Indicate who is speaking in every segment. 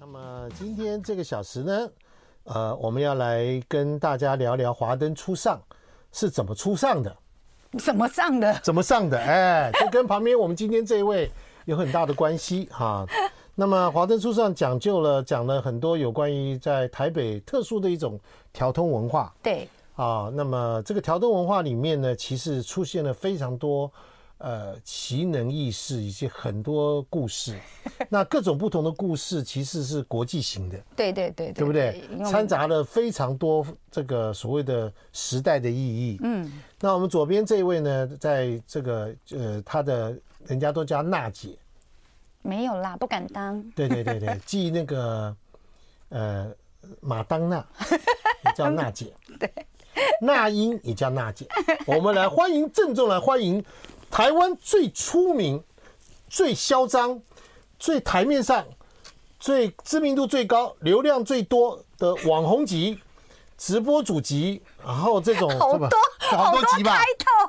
Speaker 1: 呃，今天这个小时呢，呃，我们要来跟大家聊聊华灯初上是怎么初上的，
Speaker 2: 怎么上的？
Speaker 1: 怎么 上的，哎，这跟旁边我们今天这一位有很大的关系哈、那么华灯初上讲究了，讲了很多有关于在台北特殊的一种调通文化，
Speaker 2: 对，
Speaker 1: 啊，那么这个条顿文化里面呢，其实出现了非常多呃奇能异事以及很多故 事。那各种不同的故事其实是国际型的，
Speaker 2: 对对对
Speaker 1: 对不对
Speaker 2: 因为？我们
Speaker 1: 掺杂了非常多这个所谓的时代的意义。嗯，那我们左边这一位呢，在这个呃，他的人家都叫娜姐，
Speaker 2: 没有啦，不敢当。
Speaker 1: 对对对 对，继那个呃马当 娜也叫娜姐，对，那英也叫娜姐。我们来欢迎郑重来欢迎台湾最出名、最嚣张、最台面上、最知名度最高、流量最多的网红级。直播主级，然后呃这种
Speaker 2: 好
Speaker 1: 是吧
Speaker 2: 多
Speaker 1: 好多级吧
Speaker 2: 开，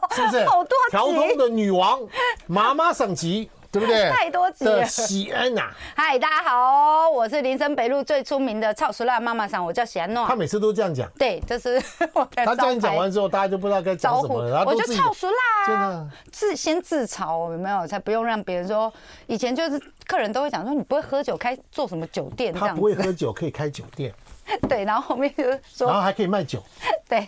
Speaker 2: 头，
Speaker 1: 是不是？
Speaker 2: 好多
Speaker 1: 调通
Speaker 2: 集。
Speaker 1: 的女王，妈妈赏级，对不对？
Speaker 2: 太多集了
Speaker 1: 的喜啊安娜，
Speaker 2: 嗨，大家好，我是林森北路最出名的超熟辣妈妈桑，我叫喜安诺啊
Speaker 1: 他。每次都这样讲。
Speaker 2: 对，这是 我
Speaker 1: 他
Speaker 2: 的招
Speaker 1: 这样讲
Speaker 2: 牌
Speaker 1: 完之后，大家就不知道该讲
Speaker 2: 招
Speaker 1: 什
Speaker 2: 呼，
Speaker 1: 么了，然后
Speaker 2: 我
Speaker 1: 都
Speaker 2: 就
Speaker 1: 自己
Speaker 2: 超熟
Speaker 1: 真的
Speaker 2: 辣啊
Speaker 1: 啊。
Speaker 2: 自先自嘲有没有，才不用让别人说。以前就是客人都会讲说，你不会喝酒开做什么酒店这
Speaker 1: 他
Speaker 2: 样
Speaker 1: 不会
Speaker 2: 子，
Speaker 1: 喝酒，可以开酒店，
Speaker 2: 对。然后后面就是
Speaker 1: 然后
Speaker 2: 说，
Speaker 1: 还可以卖酒，
Speaker 2: 对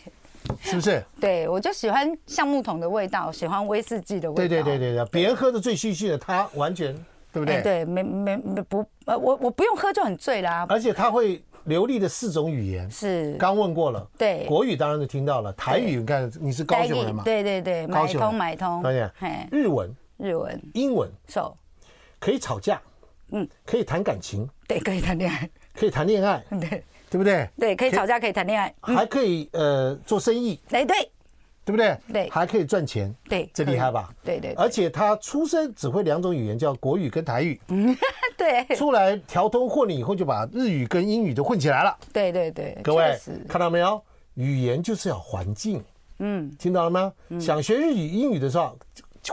Speaker 1: 是不是？
Speaker 2: 对，我就喜欢橡木桶的味道，喜欢威士忌的味
Speaker 1: 对
Speaker 2: 道。
Speaker 1: 对对对对，别人喝的醉醺醺的，他完全对不
Speaker 2: 啊
Speaker 1: 对？。
Speaker 2: 哎，对，没没没不，呃，我我不用喝就很醉啦。
Speaker 1: 而且他会流利的四种语言，
Speaker 2: 是，
Speaker 1: 刚问过了，
Speaker 2: 对
Speaker 1: 国语当然就听到了，台语你看你是高雄人嘛，
Speaker 2: 对对对，
Speaker 1: 高
Speaker 2: 买
Speaker 1: 雄
Speaker 2: 通
Speaker 1: 人，
Speaker 2: 买通，
Speaker 1: 高雄人
Speaker 2: 嘿，
Speaker 1: 日文、
Speaker 2: 日文
Speaker 1: 英文
Speaker 2: 手，
Speaker 1: 可以吵架，嗯，可以谈感情，
Speaker 2: 对，可以谈恋爱，
Speaker 1: 可以谈恋爱，
Speaker 2: 对
Speaker 1: 对不对？
Speaker 2: 对，可以吵架，可以谈恋爱，
Speaker 1: 还可以呃做生意，
Speaker 2: 哎，对
Speaker 1: 对不对？
Speaker 2: 对
Speaker 1: 还可以赚钱，
Speaker 2: 对，
Speaker 1: 这厉害吧？啊
Speaker 2: 可以对对
Speaker 1: 而且他出生只会两种语言，叫国语跟台语。
Speaker 2: 嗯对
Speaker 1: 出来调通混了以后，就把日语跟英语都混起来了。
Speaker 2: 对对对，
Speaker 1: 各位
Speaker 2: 嗯确实
Speaker 1: 看到没有？语言就是要环境。嗯，听到了吗？想学日语、英语的时候，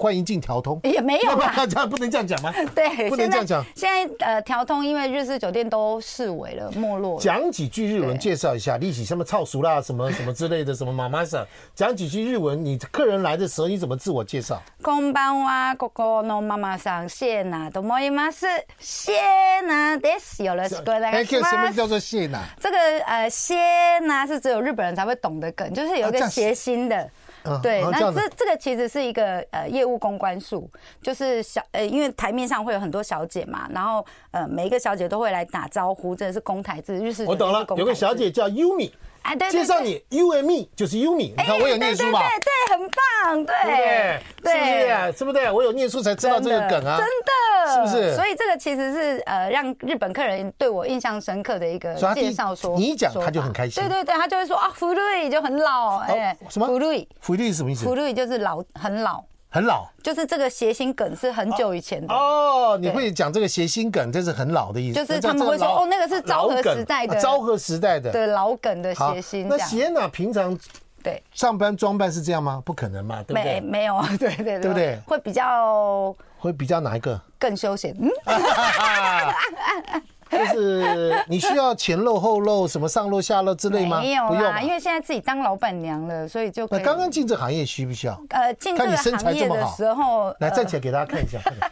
Speaker 1: 欢迎进调通。
Speaker 2: 也没有
Speaker 1: 要不
Speaker 2: 啦。
Speaker 1: 然这样不能这样讲吗？
Speaker 2: 哎 对，
Speaker 1: 不能这
Speaker 2: 现在
Speaker 1: 样讲。
Speaker 2: 现在呃，调通因为日式酒店都视为了没落了，
Speaker 1: 讲几句日文，
Speaker 2: 对
Speaker 1: 介绍一下历史，什么超熟啦，什么什么之类的，什么妈妈桑。讲几句日文，你客人来的时候，你怎么自我介绍？
Speaker 2: 空班哇，哥哥の妈妈上谢娜どうもいます。谢娜です。有了，各位大
Speaker 1: 哎
Speaker 2: 家
Speaker 1: 什么叫做谢娜？
Speaker 2: 这个呃歇呢是只有日本人才会懂的梗，就是有
Speaker 1: 啊
Speaker 2: 一
Speaker 1: 这
Speaker 2: 个
Speaker 1: 样
Speaker 2: 谐星的。
Speaker 1: 啊
Speaker 2: 对
Speaker 1: 啊，这
Speaker 2: 那
Speaker 1: 样子
Speaker 2: 这这个其实是一个呃业务公关术，就是小呃，因为台面上会有很多小姐嘛，然后呃每一个小姐都会来打招呼，这是公台制，日式
Speaker 1: 我懂了
Speaker 2: 酒店是公，台制
Speaker 1: 有个小姐叫 Yumi，
Speaker 2: 哎对对
Speaker 1: 介
Speaker 2: 对
Speaker 1: 绍你 U M E 就是 Yumi。你看我有念书吧？
Speaker 2: 对对对，很棒，
Speaker 1: 对
Speaker 2: 对
Speaker 1: 不对？是不是啊？对不对？我有念书才知道这个梗啊
Speaker 2: 真。的，
Speaker 1: 是不是
Speaker 2: 所以这个其实是呃，让日本客人对我印象深刻的一个
Speaker 1: 所以他第一
Speaker 2: 介绍说，
Speaker 1: 你一讲
Speaker 2: 说法
Speaker 1: 他就很开心哦
Speaker 2: 对对对，他就会说啊，福瑞就很老，哎、
Speaker 1: 什么
Speaker 2: 福瑞，
Speaker 1: 福利是什么意思
Speaker 2: 福？瑞就是老，很老，
Speaker 1: 很老
Speaker 2: 就是这个谐星梗是很久以前的。
Speaker 1: 哦，你会讲这个谐星梗，这是很老的意思。
Speaker 2: 就是
Speaker 1: 那这样
Speaker 2: 他们会说
Speaker 1: 这老
Speaker 2: 哦那个是昭和时代的
Speaker 1: 老梗啊昭和时代的。
Speaker 2: 的老梗的
Speaker 1: 好
Speaker 2: 谐星，这
Speaker 1: 那
Speaker 2: 样
Speaker 1: 喜安娜平常
Speaker 2: 对，
Speaker 1: 上班装扮是这样吗？不可能嘛，对不
Speaker 2: 没
Speaker 1: 对？
Speaker 2: 没有，啊 对对对，
Speaker 1: 对不对
Speaker 2: 会比较
Speaker 1: 会比较哪一个？
Speaker 2: 更休闲，嗯，
Speaker 1: 就是你需要前露后露，什么上露下露之类吗？
Speaker 2: 没有
Speaker 1: 不用
Speaker 2: 啦，
Speaker 1: 吧
Speaker 2: 因。为现在自己当老板娘了，所以就可
Speaker 1: 那
Speaker 2: 以
Speaker 1: 刚刚进这行业需不需要？
Speaker 2: 呃进这
Speaker 1: 看你
Speaker 2: 个
Speaker 1: 身材这
Speaker 2: 行业
Speaker 1: 么
Speaker 2: 的
Speaker 1: 好
Speaker 2: 时候，
Speaker 1: 来站起来给大家 看一下，快点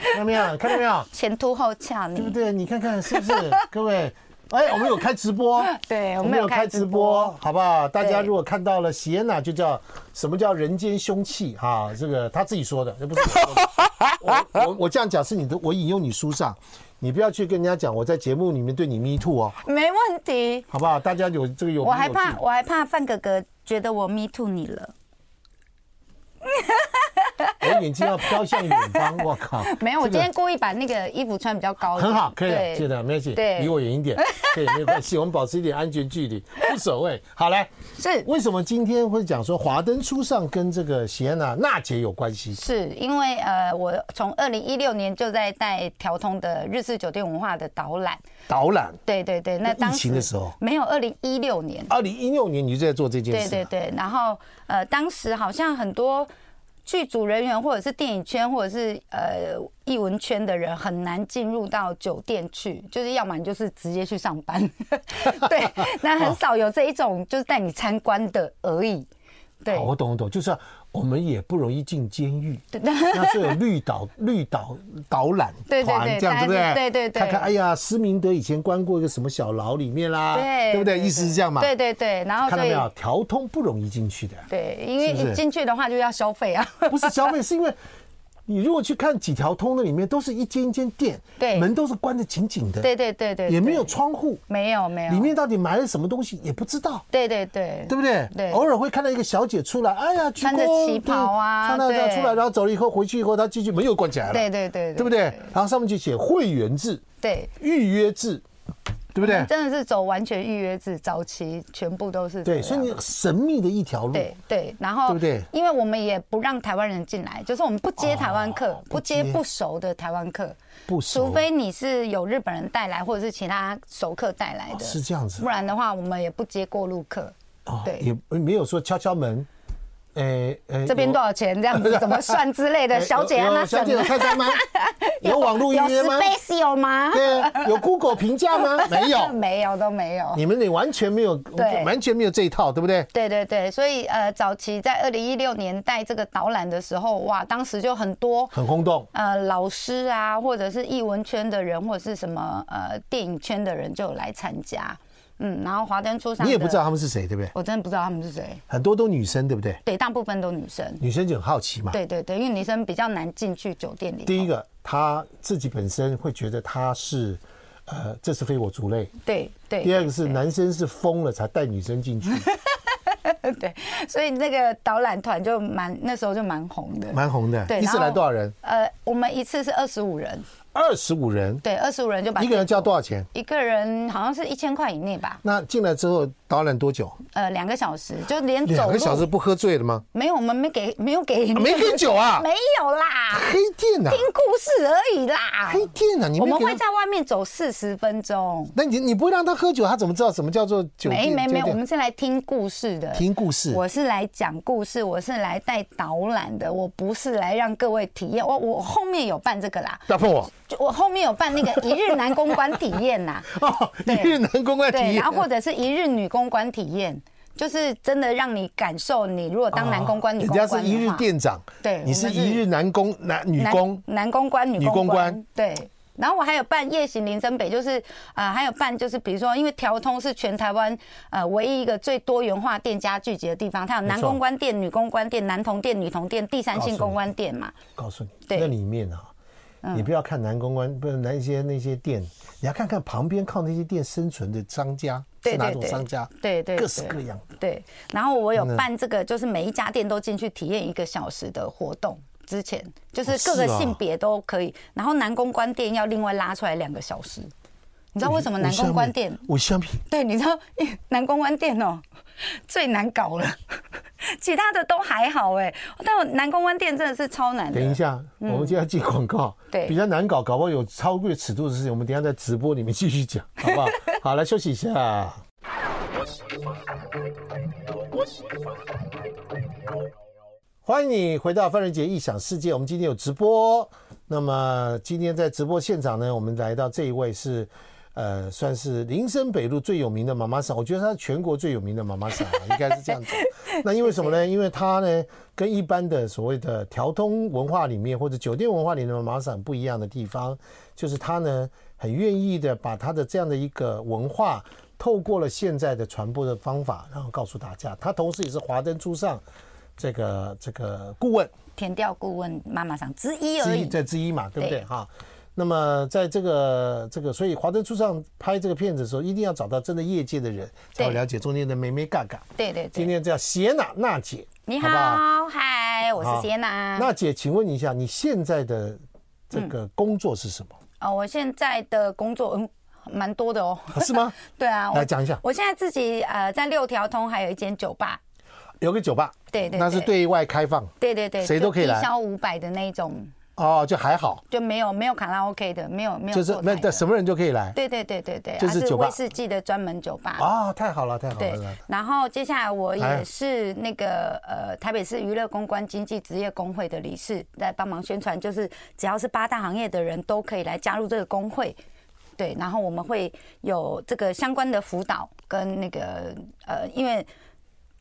Speaker 1: 看到没有？看到没有？
Speaker 2: 前凸后翘，
Speaker 1: 对不
Speaker 2: 你
Speaker 1: 对？你看看是不是？各位， 哎，我们有开直播，
Speaker 2: 对哎我们有
Speaker 1: 开
Speaker 2: 开
Speaker 1: 直
Speaker 2: 直
Speaker 1: 播
Speaker 2: 播，
Speaker 1: 好不好？大家
Speaker 2: 对
Speaker 1: 如果看到了席耶娜，就叫什么叫人间凶器哈、这个他自己说的，这不是我说的。我我我这样讲是你的，我引用你书上，你不要去跟人家讲我在节目里面对你 me too 哦，
Speaker 2: 没问题。
Speaker 1: 好不好？大家有这个有
Speaker 2: 我还
Speaker 1: 有
Speaker 2: 怕，我还怕范哥哥觉得我 me too 你了。
Speaker 1: 我眼睛要飘向远方，我靠！
Speaker 2: 没有，我
Speaker 1: 这个
Speaker 2: 今天故意把那个衣服穿比较高一点。
Speaker 1: 很好，可以啊了，
Speaker 2: 哦对
Speaker 1: 谢的，没关系，
Speaker 2: 对
Speaker 1: 离我远一 点，对，没关系，我们保持一点安全距离，无所谓。好来，
Speaker 2: 是
Speaker 1: 为什么今天会讲说华灯初上跟这个席安娜娜姐有关系？
Speaker 2: 是因为呃，我从二零一六年就在带调通的日式酒店文化的导览。
Speaker 1: 导览，
Speaker 2: 对对对，那
Speaker 1: 那疫
Speaker 2: 当时
Speaker 1: 情的时候
Speaker 2: 没有二零一六年。
Speaker 1: 二零一六年你就在做这件啊
Speaker 2: 对
Speaker 1: 事，
Speaker 2: 对对，然后呃，当时好像很多剧组人员或者是电影圈或者是呃艺文圈的人很难进入到酒店去，就是要么你就是直接去上班， 对，那
Speaker 1: 哦
Speaker 2: 很少有这一种就是带你参观的而已。对
Speaker 1: 好，我懂我懂，就是、啊、我们也不容易进监狱，那是有绿 岛绿岛导览
Speaker 2: 对对对
Speaker 1: 团这样，对不
Speaker 2: 大家
Speaker 1: 对？
Speaker 2: 对对对
Speaker 1: 看看，哎呀，施明德以前关过一个什么小牢里面啦，
Speaker 2: 对
Speaker 1: 不对？意思是这样嘛？
Speaker 2: 对对对，然后
Speaker 1: 看
Speaker 2: 所
Speaker 1: 到没
Speaker 2: 以
Speaker 1: 有，调通不容易进去的，
Speaker 2: 对，因
Speaker 1: 是不
Speaker 2: 为
Speaker 1: 是
Speaker 2: 进去的话就要消费啊。
Speaker 1: 不是消费，是因为你如果去看几条通的里面，都是一间一间店，
Speaker 2: 对
Speaker 1: 门都是关得紧紧的，
Speaker 2: 对对对对，
Speaker 1: 也没
Speaker 2: 对
Speaker 1: 有窗户，
Speaker 2: 没有没有
Speaker 1: 里面到底埋了什么东西也不知道。
Speaker 2: 对对对
Speaker 1: 对不对？
Speaker 2: 对
Speaker 1: 偶尔会看到一个小姐出来，哎呀，鞠
Speaker 2: 穿着
Speaker 1: 躬
Speaker 2: 旗袍
Speaker 1: 对
Speaker 2: 啊
Speaker 1: 穿到
Speaker 2: 对
Speaker 1: 出来，然后走了以后回去以后，她进去门又关起来了，
Speaker 2: 对对对
Speaker 1: 对不对？然后上面就写会员制、
Speaker 2: 对，
Speaker 1: 预约制，对不对？
Speaker 2: 真的是走完全预约制，早期全部都是
Speaker 1: 对，
Speaker 2: 这
Speaker 1: 所以
Speaker 2: 样
Speaker 1: 你神秘的一条路，
Speaker 2: 对对，然后
Speaker 1: 对不对
Speaker 2: 因为我们也不让台湾人进来，就是我们不接台湾客，
Speaker 1: 哦不
Speaker 2: 不
Speaker 1: 接
Speaker 2: 接不熟的台湾客，
Speaker 1: 不熟
Speaker 2: 除非你是有日本人带来或者是其他熟客带来的，
Speaker 1: 是这样子
Speaker 2: 不然的话我们也不接过路客。
Speaker 1: 哦
Speaker 2: 对
Speaker 1: 也没有说敲敲门，呃呃，
Speaker 2: 这边
Speaker 1: 有
Speaker 2: 多少钱？这样子怎么算之类的？
Speaker 1: 哎
Speaker 2: 小姐
Speaker 1: 有
Speaker 2: 啊，
Speaker 1: 有
Speaker 2: 那
Speaker 1: 小
Speaker 2: 什
Speaker 1: 姐有
Speaker 2: 么？
Speaker 1: 开单吗？有网络预
Speaker 2: 有
Speaker 1: 约吗？
Speaker 2: space 有吗？
Speaker 1: 对，有 Google 评价吗？ 没有，
Speaker 2: 没有，都没有。
Speaker 1: 你们你完全没有，
Speaker 2: 对
Speaker 1: 完全没有这一套，对不对？
Speaker 2: 对对对，所以呃，早期在二零一六年代这个导览的时候，哇，当时就很多
Speaker 1: 很轰动，
Speaker 2: 呃老师啊，或者是艺文圈的人，或者是什么呃电影圈的人就有来参加，嗯，然后华灯初上，
Speaker 1: 你也不知道，他们是谁，对不对？
Speaker 2: 我真的不知道他们是谁，
Speaker 1: 很多都女生，对不对？
Speaker 2: 对，大部分都女生，
Speaker 1: 女生就很好奇嘛。
Speaker 2: 对对对，因为女生比较难进去酒店里头，
Speaker 1: 第一个，她自己本身会觉得她是，呃，这是非我族类。
Speaker 2: 对对，
Speaker 1: 第二个是男生是疯了才带女生进 去，
Speaker 2: 对，所以那个导览团就蛮那时候就蛮红的，
Speaker 1: 蛮红的。
Speaker 2: 对
Speaker 1: 一次
Speaker 2: 然后
Speaker 1: 来多少人？
Speaker 2: 呃，我们一次是二十五人，
Speaker 1: 二十五人，
Speaker 2: 对，二十五人就把
Speaker 1: 一个人交多少钱？
Speaker 2: 一个人好像是一千块以内吧，
Speaker 1: 那进来之后导览多久？
Speaker 2: 呃，两个小时，就连走
Speaker 1: 两
Speaker 2: 路
Speaker 1: 个小时不喝醉了吗？
Speaker 2: 没有，我们没给，没有给，
Speaker 1: 没给酒啊？
Speaker 2: 没有啦，
Speaker 1: 黑店呐、啊
Speaker 2: 听，故事而已啦。
Speaker 1: 黑店呐、啊，你
Speaker 2: 我
Speaker 1: 没
Speaker 2: 们
Speaker 1: 给
Speaker 2: 会
Speaker 1: 他。
Speaker 2: 在外面走四十分钟，
Speaker 1: 那你你不会让他喝酒，他怎么知道什么叫做酒
Speaker 2: 没
Speaker 1: 店？
Speaker 2: 没没，
Speaker 1: 酒
Speaker 2: 我
Speaker 1: 店
Speaker 2: 们是来听故事的。
Speaker 1: 听故事。
Speaker 2: 我是来讲故事，我是来带导览的，我不是来让各位体验。我我后面有办这个啦，
Speaker 1: 不要碰我
Speaker 2: 就我后面有办那个一日男公关体验呐。
Speaker 1: 哦！ 一
Speaker 2: 对
Speaker 1: 日南公关体
Speaker 2: 对，
Speaker 1: 验
Speaker 2: 然后或者是一日女公关体验，就是真的让你感受，你如果当男公关、
Speaker 1: 哦
Speaker 2: 女
Speaker 1: 人
Speaker 2: 公
Speaker 1: 家
Speaker 2: 关
Speaker 1: 是
Speaker 2: 的
Speaker 1: 一日
Speaker 2: 话
Speaker 1: 店长，
Speaker 2: 对
Speaker 1: 你是
Speaker 2: 我们是
Speaker 1: 一日男工男女
Speaker 2: 男
Speaker 1: 工，
Speaker 2: 男公关、女
Speaker 1: 女公
Speaker 2: 公
Speaker 1: 关
Speaker 2: 关，对。然后我还有办夜行林森北，就是呃，还有办就是比如说，因为调通是全台湾呃唯一一个最多元化店家聚集的地方，它有
Speaker 1: 错
Speaker 2: 男公关店、女公关店、男童店、女童店、第三性公关店嘛。
Speaker 1: 告诉你，
Speaker 2: 对嗯
Speaker 1: 那里面啊，你不要看南公关，不是那一些那些店，你要看看旁边靠那些店生存的商家
Speaker 2: 对
Speaker 1: 是哪
Speaker 2: 对
Speaker 1: 种
Speaker 2: 对
Speaker 1: 商家，
Speaker 2: 对对
Speaker 1: 各式
Speaker 2: 对
Speaker 1: 各样的。
Speaker 2: 对，然后我有办这个，就是每一家店都进去体验一个小时的活动。之前就是各
Speaker 1: 哦
Speaker 2: 个
Speaker 1: 是啊
Speaker 2: 性别都可以，然后男公关店要另外拉出来两个小时。你知道为什么男公关店
Speaker 1: 我相信
Speaker 2: 对，你知道因为南公关店哦、最难搞了，其他的都还好哎、但我南公关店真的是超难的。嗯
Speaker 1: 等一下，我们就要进广告，
Speaker 2: 对
Speaker 1: 比较难搞，搞不好有超越尺度的事情，我们等一下在直播里面继续讲，好 不好？好，来休息一下。欢迎你回到范仁杰异想世界，我们今天有直播哦。那么今天在直播现场呢，我们来到这一位是，呃，算是林森北路最有名的妈妈桑，我觉得她是全国最有名的妈妈桑啊，应该是这样子。那因为什么呢？因为她呢，跟一般的所谓的调通文化里面或者酒店文化里面的妈妈桑不一样的地方，就是她呢很愿意的把她的这样的一个文化。透过了现在的传播的方法，然后告诉大家，她同时也是华灯初上这个这个顾问
Speaker 2: 填调顾问妈妈桑之一而
Speaker 1: 之一
Speaker 2: 已。
Speaker 1: 这之一嘛，对不对
Speaker 2: 对
Speaker 1: 哈？那么在这个这个，所以华灯初上拍这个片子的时候，一定要找到真的业界的人，才会
Speaker 2: 对
Speaker 1: 了解中间的美美嘎嘎。
Speaker 2: 对对
Speaker 1: 今
Speaker 2: 对，
Speaker 1: 天叫谢娜娜姐，
Speaker 2: 你
Speaker 1: 不
Speaker 2: 好，嗨，我
Speaker 1: 好
Speaker 2: 是谢娜。
Speaker 1: 娜姐，请问一下，你现在的这个工作是什么？
Speaker 2: 哦，我现在的工作嗯蛮多的哦。
Speaker 1: 啊是吗？
Speaker 2: 对 啊，
Speaker 1: 来
Speaker 2: 我
Speaker 1: 讲一下，
Speaker 2: 我现在自己呃在六条通还有一间酒吧。
Speaker 1: 有个酒吧，
Speaker 2: 对对
Speaker 1: 那是
Speaker 2: 对
Speaker 1: 对外开放，
Speaker 2: 对对对，
Speaker 1: 谁都可以来
Speaker 2: 低消五百的那一种
Speaker 1: 哦，就还好，
Speaker 2: 就没有没有卡拉 OK 的，没有没有
Speaker 1: 就是
Speaker 2: 坐
Speaker 1: 那
Speaker 2: 台
Speaker 1: 那
Speaker 2: 的
Speaker 1: 什么人都可以来
Speaker 2: 对对对对对，
Speaker 1: 就
Speaker 2: 它
Speaker 1: 是酒吧
Speaker 2: 威士忌的专门酒吧。
Speaker 1: 啊、哦，太好了，太好了
Speaker 2: 对
Speaker 1: 太好了。，
Speaker 2: 然后接下来我
Speaker 1: 哎
Speaker 2: 也是那个呃台北市娱乐公关经济职业工会的理事，在帮忙宣传，就是只要是八大行业的人都可以来加入这个工会。对，然后我们会有这个相关的辅导跟那个呃，因为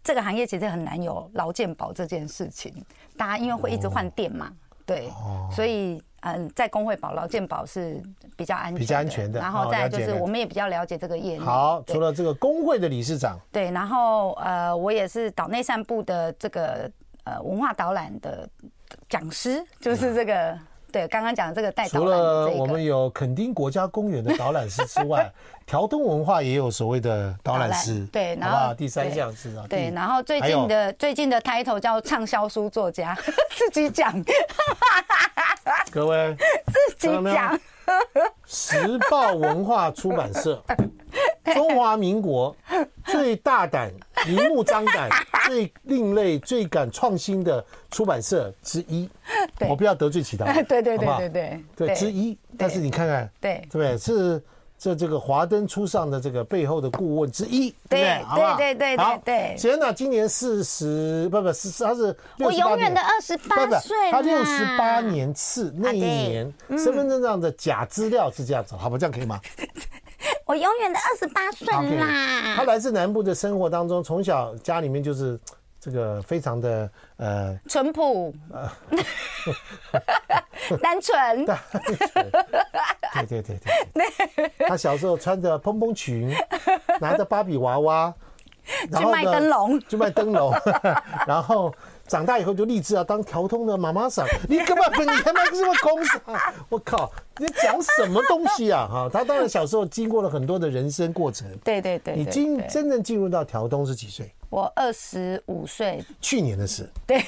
Speaker 2: 这个行业其实很难有劳健保这件事情，大家因为会一直换店嘛，对，
Speaker 1: 哦
Speaker 2: 所以嗯，在工会保劳健保是比较安全的
Speaker 1: 比较安全的
Speaker 2: 然后
Speaker 1: 哦
Speaker 2: 再来
Speaker 1: 了
Speaker 2: 就
Speaker 1: 解
Speaker 2: 是
Speaker 1: 了解
Speaker 2: 我们也比较了解这个业内。
Speaker 1: 好，
Speaker 2: 对
Speaker 1: 除了这个工会的理事长，
Speaker 2: 对，然后呃，我也是岛内散步的这个呃文化导览的讲师，就是这个、对刚刚讲的这个带哎导
Speaker 1: 嗯除
Speaker 2: 览的
Speaker 1: 了
Speaker 2: 这一
Speaker 1: 我们
Speaker 2: 个。
Speaker 1: 有垦丁国家公园的导览师之 外，条东文化也有所谓的导览
Speaker 2: 导
Speaker 1: 师，
Speaker 2: 览对然
Speaker 1: 好
Speaker 2: 后
Speaker 1: 不好？第三项是啊，
Speaker 2: 对，
Speaker 1: 第
Speaker 2: 然后最
Speaker 1: 还有
Speaker 2: 近的最近的 title 叫畅销书作家， 自己讲
Speaker 1: 各位，
Speaker 2: 自己
Speaker 1: 看到没有
Speaker 2: 讲，
Speaker 1: 时报文化出版 社，中华民国最大胆、明目张 胆、最另类、最敢创新的出版社之一。
Speaker 2: 对
Speaker 1: 我不要得罪其他人，
Speaker 2: 对对
Speaker 1: 好不
Speaker 2: 对
Speaker 1: 好
Speaker 2: 对对
Speaker 1: 对之一。但是你看看，
Speaker 2: 对
Speaker 1: 对不对？是这这个华灯初上的这个背后的顾问之一，
Speaker 2: 对
Speaker 1: 对不对？好不好
Speaker 2: 对对对
Speaker 1: 好
Speaker 2: 对对
Speaker 1: 杰娜今年四十，不不是，她是68
Speaker 2: 我永远
Speaker 1: 年
Speaker 2: 的二十
Speaker 1: 不
Speaker 2: 八
Speaker 1: 不
Speaker 2: 岁，啊
Speaker 1: 他六十八，年次那一年，
Speaker 2: 嗯
Speaker 1: 身份证上的假资料是这样子，好吧，这样可以吗？
Speaker 2: 我永远的二十八岁
Speaker 1: 好，可以。他
Speaker 2: 啦。
Speaker 1: 来自南部的生活当中，从小家里面就是这个非常的呃，
Speaker 2: 淳朴， 单 纯，啊
Speaker 1: 对对对对 对。他小时候穿着蓬蓬裙，拿着芭比娃娃，然后呢
Speaker 2: 去卖灯笼
Speaker 1: 去卖灯笼，然后。长大以后就立志要当调通的妈妈桑， 你根本不，你他妈是个公桑，我靠，你讲什么东西啊？ 哈，他当然小时候经过了很多的人生过程，
Speaker 2: 对对对，
Speaker 1: 你
Speaker 2: 对
Speaker 1: 进
Speaker 2: 对
Speaker 1: 真正进入到条东是几岁？
Speaker 2: 我二十五岁，
Speaker 1: 去年的事，
Speaker 2: 对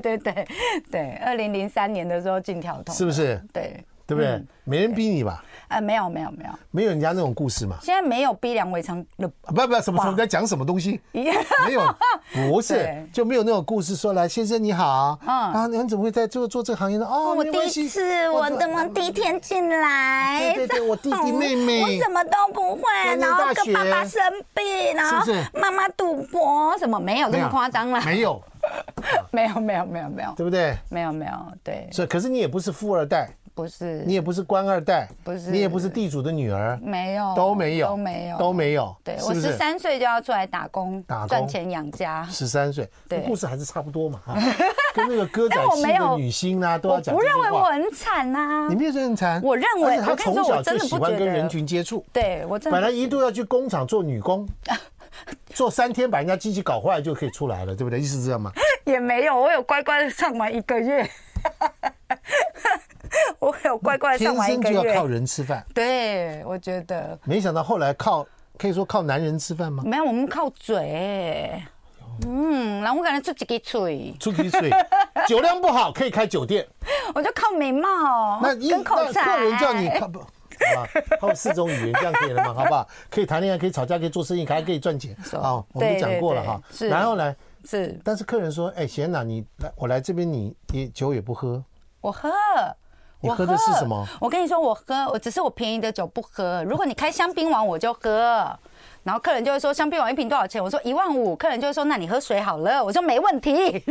Speaker 2: 对对对，二零零三年的时候进跳通，
Speaker 1: 是不是？
Speaker 2: 对，嗯
Speaker 1: 对不对？没人逼你吧？
Speaker 2: 呃，没有没有没有，
Speaker 1: 没有人家那种故事嘛？
Speaker 2: 现在没有逼良为娼了，
Speaker 1: 啊不不，什么什么在讲什么东西？没有，不是
Speaker 2: 对
Speaker 1: 就没有那种故事说来先生你好，嗯啊，你怎么会在做做这个行业呢？哦，
Speaker 2: 我
Speaker 1: 没
Speaker 2: 第
Speaker 1: 关
Speaker 2: 一
Speaker 1: 系啊
Speaker 2: 次，我怎么第一天进来？哦
Speaker 1: 对对对我弟弟妹
Speaker 2: 我
Speaker 1: 妹
Speaker 2: 什么都不会，
Speaker 1: 念
Speaker 2: 然后
Speaker 1: 大
Speaker 2: 跟爸爸
Speaker 1: 学
Speaker 2: 生病，然后
Speaker 1: 是不是
Speaker 2: 妈妈赌博，什么没有这
Speaker 1: 没
Speaker 2: 么
Speaker 1: 有
Speaker 2: 夸张啦，
Speaker 1: 没有，
Speaker 2: 没有没有没有没有
Speaker 1: 对不对？
Speaker 2: 没有没有，对，
Speaker 1: 所以可是你也不是富二代，
Speaker 2: 不是
Speaker 1: 你也不是官二代，
Speaker 2: 不是
Speaker 1: 你也不是地主的女儿，
Speaker 2: 没有
Speaker 1: 都没有，
Speaker 2: 都没有
Speaker 1: 都没有，
Speaker 2: 对
Speaker 1: 是
Speaker 2: 我
Speaker 1: 不
Speaker 2: 十
Speaker 1: 是？
Speaker 2: 三岁就要出来打工
Speaker 1: 打工
Speaker 2: 赚钱养家，
Speaker 1: 十三岁，
Speaker 2: 对
Speaker 1: 故事还是差不多嘛， 哈跟那个歌仔
Speaker 2: 但我
Speaker 1: 戏
Speaker 2: 没
Speaker 1: 的
Speaker 2: 有
Speaker 1: 女星啊，都要
Speaker 2: 我
Speaker 1: 讲
Speaker 2: 不
Speaker 1: 这些
Speaker 2: 认为我
Speaker 1: 话。
Speaker 2: 很惨啊呐、
Speaker 1: 你没有认惨，
Speaker 2: 我认
Speaker 1: 而
Speaker 2: 为
Speaker 1: 且他
Speaker 2: 我跟
Speaker 1: 从
Speaker 2: 你说
Speaker 1: 小
Speaker 2: 我真
Speaker 1: 就
Speaker 2: 的不
Speaker 1: 喜欢
Speaker 2: 觉
Speaker 1: 跟
Speaker 2: 得
Speaker 1: 人群接触，
Speaker 2: 对我真
Speaker 1: 本来
Speaker 2: 的
Speaker 1: 一度要去工厂做女工，做三天把人家机器搞坏就可以出来了，对不对？意思是这样吗？
Speaker 2: 也没有，我有乖乖的上完一个月， 我有乖乖的
Speaker 1: 天
Speaker 2: 上完一
Speaker 1: 生
Speaker 2: 个
Speaker 1: 就要靠
Speaker 2: 月。
Speaker 1: 人吃饭，
Speaker 2: 对，我觉得
Speaker 1: 没想到后来靠可以说靠男人吃饭吗？
Speaker 2: 没有，我们靠嘴。嗯，然后我感觉出一个嘴，
Speaker 1: 出去 水，酒量不好可以开酒店，
Speaker 2: 我就靠美貌
Speaker 1: 那一
Speaker 2: 哦跟口
Speaker 1: 那
Speaker 2: 才。
Speaker 1: 客人叫你靠不。好吧，靠四种语言这样可以了吗？好不 好？可以谈恋爱，可以吵架，可以做生意，还可以赚钱。好，我们
Speaker 2: 对
Speaker 1: 都讲
Speaker 2: 对
Speaker 1: 过了
Speaker 2: 对
Speaker 1: 哈。
Speaker 2: 是
Speaker 1: 然后呢，
Speaker 2: 是
Speaker 1: 但是客人说：“哎，贤娜，你来，我来这边你，你酒也不喝，
Speaker 2: 我喝。
Speaker 1: 你
Speaker 2: 我
Speaker 1: 喝的是什么？
Speaker 2: 我跟你说，我喝，我只是我便宜的酒不喝。如果你开香槟王，我就喝。然后客人就会说香槟王一瓶多少钱？我说一万五。客人就会说那你喝水好了。我说没问题。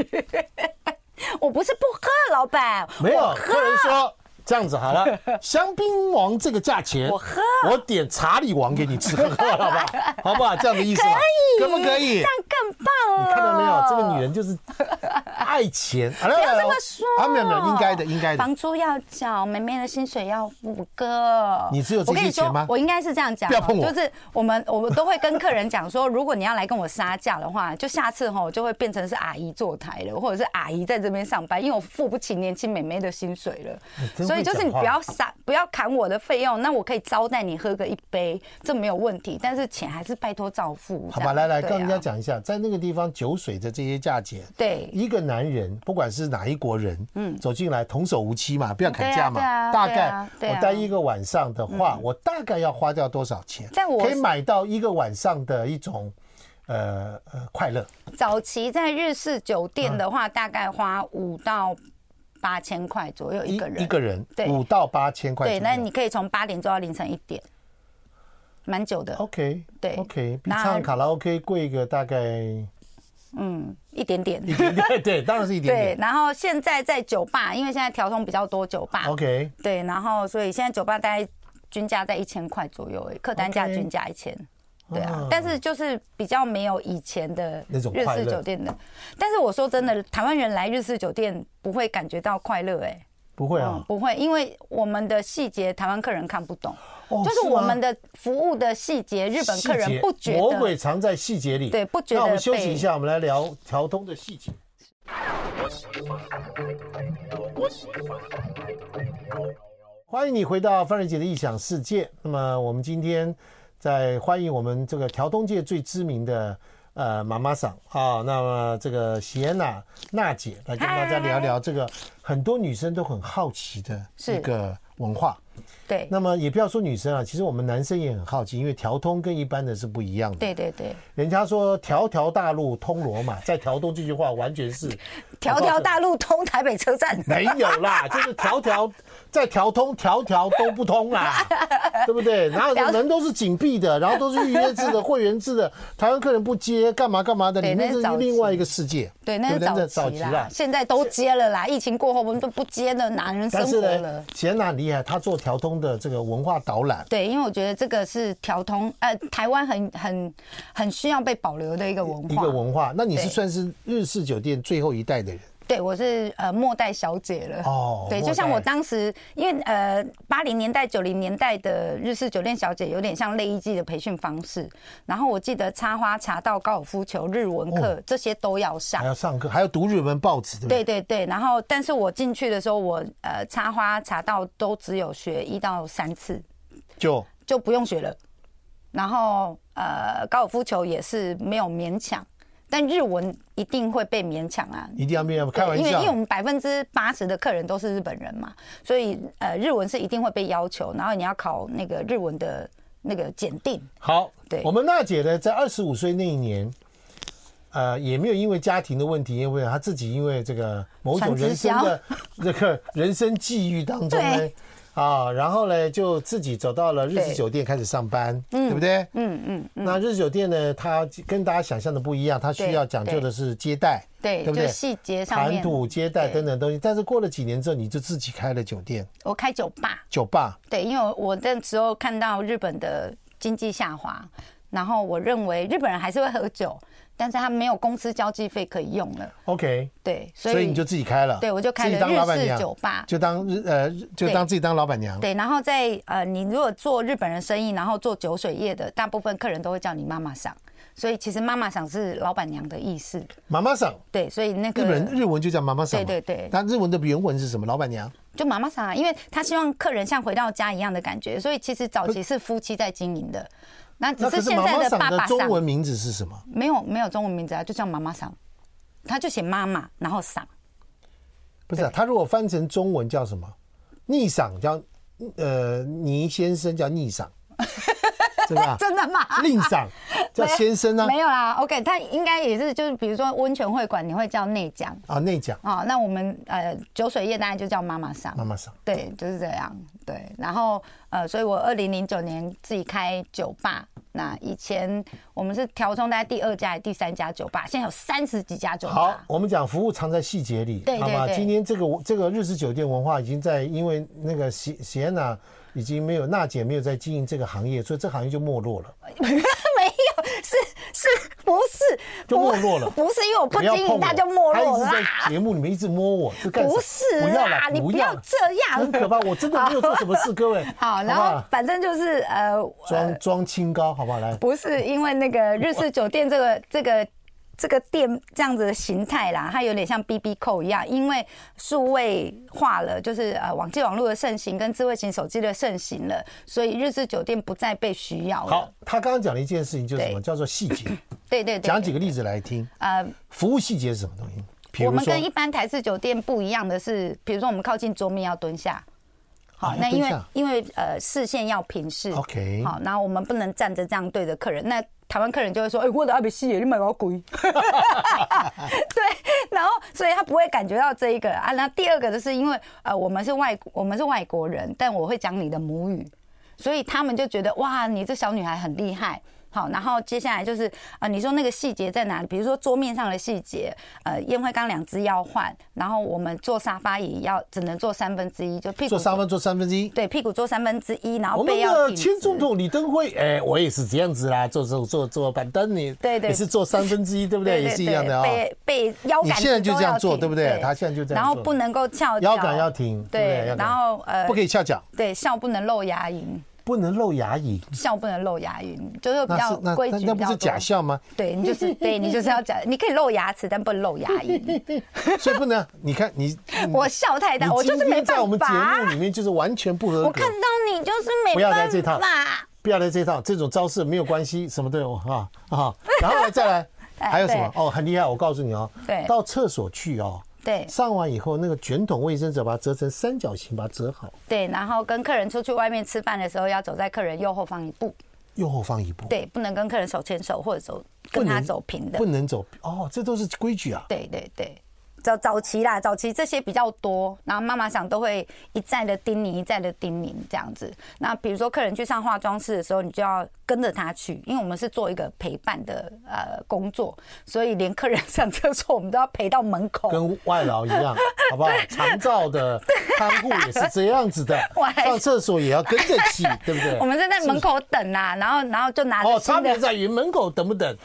Speaker 2: 我不是不喝，老板，
Speaker 1: 没有
Speaker 2: 我。喝
Speaker 1: 客人说这样子好 了，香槟王这个价钱，
Speaker 2: 我喝，
Speaker 1: 我点查理王给你吃，喝好不好？好不好？这样的意思吧，可不可以
Speaker 2: 这样？更棒啊了。
Speaker 1: 看到没有，这个女人就是爱 钱。不
Speaker 2: 不要这么说。
Speaker 1: 啊，没有没有，应该的，应该的。
Speaker 2: 房租要缴，妹妹的薪水要付哥。
Speaker 1: 你只有这
Speaker 2: 我跟
Speaker 1: 些
Speaker 2: 你说
Speaker 1: 钱吗
Speaker 2: 我应该是这样讲哦，
Speaker 1: 不要碰我
Speaker 2: 就是我们我们都会跟客人讲说，如果你要来跟我杀价的话，就下次吼就会变成是阿姨坐台了，或者是阿姨在这边上班，因为我付不起年轻妹妹的薪水 了，
Speaker 1: 真会
Speaker 2: 所以就是你
Speaker 1: 讲话
Speaker 2: 不要杀，不要砍我的费用，那我可以招待你喝个一杯，这没有问题，但是钱还是拜托照付。
Speaker 1: 好
Speaker 2: 这
Speaker 1: 吧，
Speaker 2: 样
Speaker 1: 来来，
Speaker 2: 对啊
Speaker 1: 跟人家讲一下，在那个地方酒水的这些价钱，
Speaker 2: 对
Speaker 1: 一个男人不管是哪一国人，嗯，走进来童叟无欺嘛，不要砍价嘛，
Speaker 2: 对啊对啊
Speaker 1: 大
Speaker 2: 对
Speaker 1: 概、
Speaker 2: 啊对啊嗯
Speaker 1: 我待一个晚上的话，我大概要花掉多少钱，
Speaker 2: 在我
Speaker 1: 可以买到一个晚上的一种呃呃快乐，嗯
Speaker 2: 早期在日式酒店的话，大概花五到八千块左右一个人，
Speaker 1: 一个人
Speaker 2: 对
Speaker 1: 五到八千块
Speaker 2: 对，
Speaker 1: 左右。
Speaker 2: 那你可以从八点做到凌晨一点，蛮久的，
Speaker 1: OK
Speaker 2: 对
Speaker 1: OK，比
Speaker 2: 那
Speaker 1: 唱卡拉 OK 贵个大概
Speaker 2: 嗯，一点点。
Speaker 1: 一点点， 对，当然是一点
Speaker 2: 对，
Speaker 1: 点。
Speaker 2: 然后现在在酒吧，因为现在调通比较多酒吧
Speaker 1: OK，
Speaker 2: 对，然后所以现在酒吧大概均价在一千块左右而已，客单价
Speaker 1: OK
Speaker 2: 均价一千。对啊
Speaker 1: 啊，
Speaker 2: 但是就是比较没有以前的
Speaker 1: 那种
Speaker 2: 日
Speaker 1: 快
Speaker 2: 式
Speaker 1: 乐
Speaker 2: 酒店的。但是我说真的，台湾人来日式酒店不会感觉到快乐，哎，
Speaker 1: 不会
Speaker 2: 嗯
Speaker 1: 啊，，
Speaker 2: 不会，因为我们的细节台湾客人看不懂，
Speaker 1: 哦
Speaker 2: 嗯就是我们
Speaker 1: 的
Speaker 2: 的服务的细节，日本客人不觉
Speaker 1: 魔鬼
Speaker 2: 得。
Speaker 1: 藏在细节里。
Speaker 2: 对不觉得
Speaker 1: 那我们休息
Speaker 2: 被
Speaker 1: 一下，我们来聊调通的细节。欢迎你回到范瑞杰的异想世界。那么我们今天在欢迎我们这个调通界最知名的呃妈妈桑啊，那么这个喜安娜娜姐来跟大家聊聊这个很多女生都很好奇的
Speaker 2: 是
Speaker 1: 一个文化。
Speaker 2: 对，
Speaker 1: 那么也不要说女生啊，其实我们男生也很好奇，因为调通跟一般的是不一样的。
Speaker 2: 对对对，
Speaker 1: 人家说条条大路通罗马，在条东这句话完全是
Speaker 2: 条条大路通台北车站。
Speaker 1: 没有啦，就是条条在条通，条条都不通啦，对不对？然后人都是紧闭的，然后都是预约 制的、会员制的，台湾客人不接，干嘛干嘛的，
Speaker 2: 对
Speaker 1: 里面
Speaker 2: 那是
Speaker 1: 是
Speaker 2: 早期
Speaker 1: 另外一个世界，
Speaker 2: 对，那是
Speaker 1: 不
Speaker 2: 早
Speaker 1: 早
Speaker 2: 期
Speaker 1: 期
Speaker 2: 啦
Speaker 1: 啦，。
Speaker 2: 现在都接了啦。疫情过后，我们都不接了，哪人生
Speaker 1: 但
Speaker 2: 活
Speaker 1: 是
Speaker 2: 了
Speaker 1: 呢？，贤娜很厉害，她做条通的这个文化导览，
Speaker 2: 对，因为我觉得这个是调通，呃，台湾很很很需要被保留的一个文
Speaker 1: 一
Speaker 2: 化。
Speaker 1: 个文化。那你是
Speaker 2: 对
Speaker 1: 算是日式酒店最后一代的人，
Speaker 2: 对，我是呃末代小姐了。
Speaker 1: 哦
Speaker 2: 对，
Speaker 1: 末
Speaker 2: 就像我
Speaker 1: 代
Speaker 2: 当时，因为呃八零年代、九零年代的日式酒店小姐有点像类一季的培训方式，然后我记得插花、茶道、高尔夫球、日文课、这些都要上
Speaker 1: 还。要上课，还要读日文报哦哎纸，对不对？
Speaker 2: 对对对，然后但是我进去的时候，我呃插花、茶道都只有学一到三次，
Speaker 1: 就
Speaker 2: 就不用学了。然后呃，高尔夫球也是没有勉强，但日文一定会被勉强啊。
Speaker 1: 一定要面开玩
Speaker 2: 因为因为我
Speaker 1: 笑，
Speaker 2: 们百分之八十的客人都是日本人嘛，所以呃，日文是一定会被要求，然后你要考那个日文的那个检定。
Speaker 1: 好，
Speaker 2: 对
Speaker 1: 我们娜姐呢，在二十五岁那一年，呃，也没有因为家庭的问题，因为她自己因为这个某种
Speaker 2: 传直
Speaker 1: 人生的这个人生际遇当中呢
Speaker 2: 对，
Speaker 1: 啊，然后呢，就自己走到了日式
Speaker 2: 对
Speaker 1: 酒店开始上班，对不对？
Speaker 2: 嗯嗯，
Speaker 1: 那日式酒店呢，它跟大家想象的不一样，它需
Speaker 2: 对
Speaker 1: 要讲究的是接待，
Speaker 2: 对，
Speaker 1: 对不对
Speaker 2: 就细节上
Speaker 1: 谈
Speaker 2: 面，
Speaker 1: 吐、接待
Speaker 2: 对
Speaker 1: 等等东西。但是过了几年之后，你就自己开了酒店、
Speaker 2: 我开酒吧，
Speaker 1: 酒吧，
Speaker 2: 对，因为我我那时候看到日本的经济下滑，然后我认为日本人还是会喝酒，但是他没有公司交际费可以用了，
Speaker 1: OK，
Speaker 2: 对，所
Speaker 1: 所
Speaker 2: 以
Speaker 1: 以你就自己开了，
Speaker 2: 对我就开
Speaker 1: 自己当老
Speaker 2: 了
Speaker 1: 板
Speaker 2: 日式
Speaker 1: 娘
Speaker 2: 酒吧。
Speaker 1: 就当日呃，日就
Speaker 2: 对
Speaker 1: 当自己当老板娘。
Speaker 2: 对，然后在呃，你如果做日本人生意，然后做酒水业的，大部分客人都会叫你妈妈桑，所以其实妈妈桑是老板娘的意思。
Speaker 1: 妈妈桑，
Speaker 2: 对，所以那个
Speaker 1: 日本日文就叫妈妈桑嘛。
Speaker 2: 对对对
Speaker 1: 那日文的原文是什么？老板娘。
Speaker 2: 就妈妈桑啊，因为他希望客人像回到家一样的感觉，所以其实早期是夫妻在经营的，那只
Speaker 1: 那可
Speaker 2: 是
Speaker 1: 是
Speaker 2: 现
Speaker 1: 妈
Speaker 2: 在
Speaker 1: 妈
Speaker 2: 的
Speaker 1: 桑
Speaker 2: 爸
Speaker 1: 的
Speaker 2: 爸
Speaker 1: 中
Speaker 2: 桑
Speaker 1: 文名字是什么？
Speaker 2: 没有没有中文名字啊，就叫妈妈桑，他就写妈妈，然后桑，
Speaker 1: 不是啊，他如果翻成中文叫什么？逆桑叫呃倪先生叫逆 桑，对吧？
Speaker 2: 真的吗？
Speaker 1: 令桑叫先生啊呢？
Speaker 2: 啊没有啦，OK，他应该也是就是比如说温泉会馆你会叫内江
Speaker 1: 啊，内讲
Speaker 2: 哦，那我们呃酒水业大概就叫妈妈桑。
Speaker 1: 妈妈桑。
Speaker 2: 对，就是这样。对，然后呃，所以我二零零九年自己开酒吧。那以前我们是调中大概第二家、第三家酒吧，现在有三十几家酒
Speaker 1: 好
Speaker 2: 吧，。
Speaker 1: 我们讲服务藏在细节里，
Speaker 2: 对对
Speaker 1: 好吗？
Speaker 2: 对
Speaker 1: 今天这个这个日式酒店文化已经在，因为那个喜喜安娜已经没有娜姐没有在经营这个行业，所以这行业就没落了。
Speaker 2: 没有，是是不是？
Speaker 1: 就
Speaker 2: 不
Speaker 1: 没落了
Speaker 2: 不是因为我不
Speaker 1: 要
Speaker 2: 经
Speaker 1: 碰
Speaker 2: 营，
Speaker 1: 我
Speaker 2: 它就没落
Speaker 1: 他一直在
Speaker 2: 啦。
Speaker 1: 节目里面一直摸我，是干什么
Speaker 2: 不是啊
Speaker 1: 不要啦
Speaker 2: 啦，，你不
Speaker 1: 要
Speaker 2: 要
Speaker 1: 啦，
Speaker 2: 这样。
Speaker 1: 很可怕，我真的没有做什么事，各位。
Speaker 2: 好，然
Speaker 1: 不
Speaker 2: 后
Speaker 1: 好
Speaker 2: 反正就是呃，我
Speaker 1: 装装清高，好不好？来，
Speaker 2: 不是因为那个日式酒店这个这个这个店这样子的形态啦，它有点像 B B 扣一样，因为数位化了，就是呃网际网络的盛行跟智慧型手机的盛行了，所以日式酒店不再被需要了。
Speaker 1: 好，，他刚刚讲了一件事情，就是什么
Speaker 2: 对
Speaker 1: 叫做细节，
Speaker 2: 对对对，
Speaker 1: 讲几个例子来听。
Speaker 2: 呃，
Speaker 1: 服务细节是什么东西？比
Speaker 2: 我
Speaker 1: 如
Speaker 2: 们
Speaker 1: 说
Speaker 2: 跟一般台式酒店不一样的是，比如说我们靠近桌面要蹲下，好，
Speaker 1: 啊
Speaker 2: 那因
Speaker 1: 蹲
Speaker 2: 为
Speaker 1: 下
Speaker 2: 因为呃视线要平视
Speaker 1: OK
Speaker 2: 好，然后我们不能站着这样对着客人，那台湾客人就会说，哎、我的阿北西耶，你买 个鬼，对，然后所以他不会感觉到这一个啊，那第二个就是因为呃我们是外我们是外国人，但我会讲你的母语，所以他们就觉得哇，你这小女孩很厉害。好，然后接下来就是呃，你说那个细节在哪里？比如说桌面上的细节，呃，烟灰缸两只要换，然后我们坐沙发椅要只能坐三分之一，就屁股
Speaker 1: 做三分做三分之一。
Speaker 2: 对，屁股坐三分之一，然
Speaker 1: 我
Speaker 2: 后
Speaker 1: 们
Speaker 2: 背哦要
Speaker 1: 的
Speaker 2: 挺直。
Speaker 1: 前总统李登辉，哎，我也是这样子啦，坐坐坐坐板凳，你
Speaker 2: 对对
Speaker 1: 也是坐三分之一，对不对？
Speaker 2: 对对
Speaker 1: 也是一样的啊。
Speaker 2: 背背腰
Speaker 1: 你
Speaker 2: 杆
Speaker 1: 现在就
Speaker 2: 都
Speaker 1: 这样
Speaker 2: 要
Speaker 1: 做
Speaker 2: 挺
Speaker 1: 对不对他现在就这样
Speaker 2: 然后
Speaker 1: 做
Speaker 2: 不能够翘
Speaker 1: 腰
Speaker 2: 脚
Speaker 1: 杆要挺对不对
Speaker 2: 对
Speaker 1: 腰，杆
Speaker 2: 然后呃，
Speaker 1: 不可以翘脚，
Speaker 2: 对笑不能露牙龈，
Speaker 1: 不能露牙龈，
Speaker 2: 笑不能露牙龈，就是比
Speaker 1: 那
Speaker 2: 较
Speaker 1: 是那
Speaker 2: 规
Speaker 1: 那
Speaker 2: 矩
Speaker 1: 那
Speaker 2: 比
Speaker 1: 不
Speaker 2: 较
Speaker 1: 是
Speaker 2: 多
Speaker 1: 假笑 吗？
Speaker 2: 对你就是对你就是要假，你可以露牙齿，但不能露牙龈。
Speaker 1: 所以不能，啊你看你，
Speaker 2: 我笑太
Speaker 1: 你
Speaker 2: 大，我就
Speaker 1: 今
Speaker 2: 是没
Speaker 1: 天在我
Speaker 2: 办
Speaker 1: 们节
Speaker 2: 法
Speaker 1: 目。里面就是完全不合格。
Speaker 2: 我看到你就是没
Speaker 1: 不要来
Speaker 2: 办
Speaker 1: 这套
Speaker 2: 法。
Speaker 1: 不要来这套，这种招式没有关系，什么都有哈啊。然后呢，再来
Speaker 2: 哎
Speaker 1: 还有什么？
Speaker 2: 对
Speaker 1: 哦，很厉害，我告诉你哦，
Speaker 2: 对
Speaker 1: 到厕所去哦，
Speaker 2: 对
Speaker 1: 上完以后那个卷筒卫生纸把它折成三角形，把它折好，
Speaker 2: 对，然后跟客人出去外面吃饭的时候，要走在客人右后方一步。
Speaker 1: 右后方一步，
Speaker 2: 对，不能跟客人手牵手或者走
Speaker 1: 不
Speaker 2: 跟
Speaker 1: 能
Speaker 2: 他走平的
Speaker 1: 不。能走哦，这都是规矩啊。
Speaker 2: 对对对，早早期啦，早期这些比较多，然后妈妈想都会一再的叮咛，一再的叮咛这样子。那比如说客人去上化妆室的时候，你就要跟着他去，因为我们是做一个陪伴的呃工作，所以连客人上厕所我们都要陪到门口。
Speaker 1: 跟外劳一样，好不好？长照的看护也是这样子的
Speaker 2: 我，还
Speaker 1: 上厕所也要跟着 去，对不对？
Speaker 2: 我们是在门口等啦，然后然后就拿着
Speaker 1: 哦，
Speaker 2: 新
Speaker 1: 差别
Speaker 2: 的，
Speaker 1: 在于门口等不等，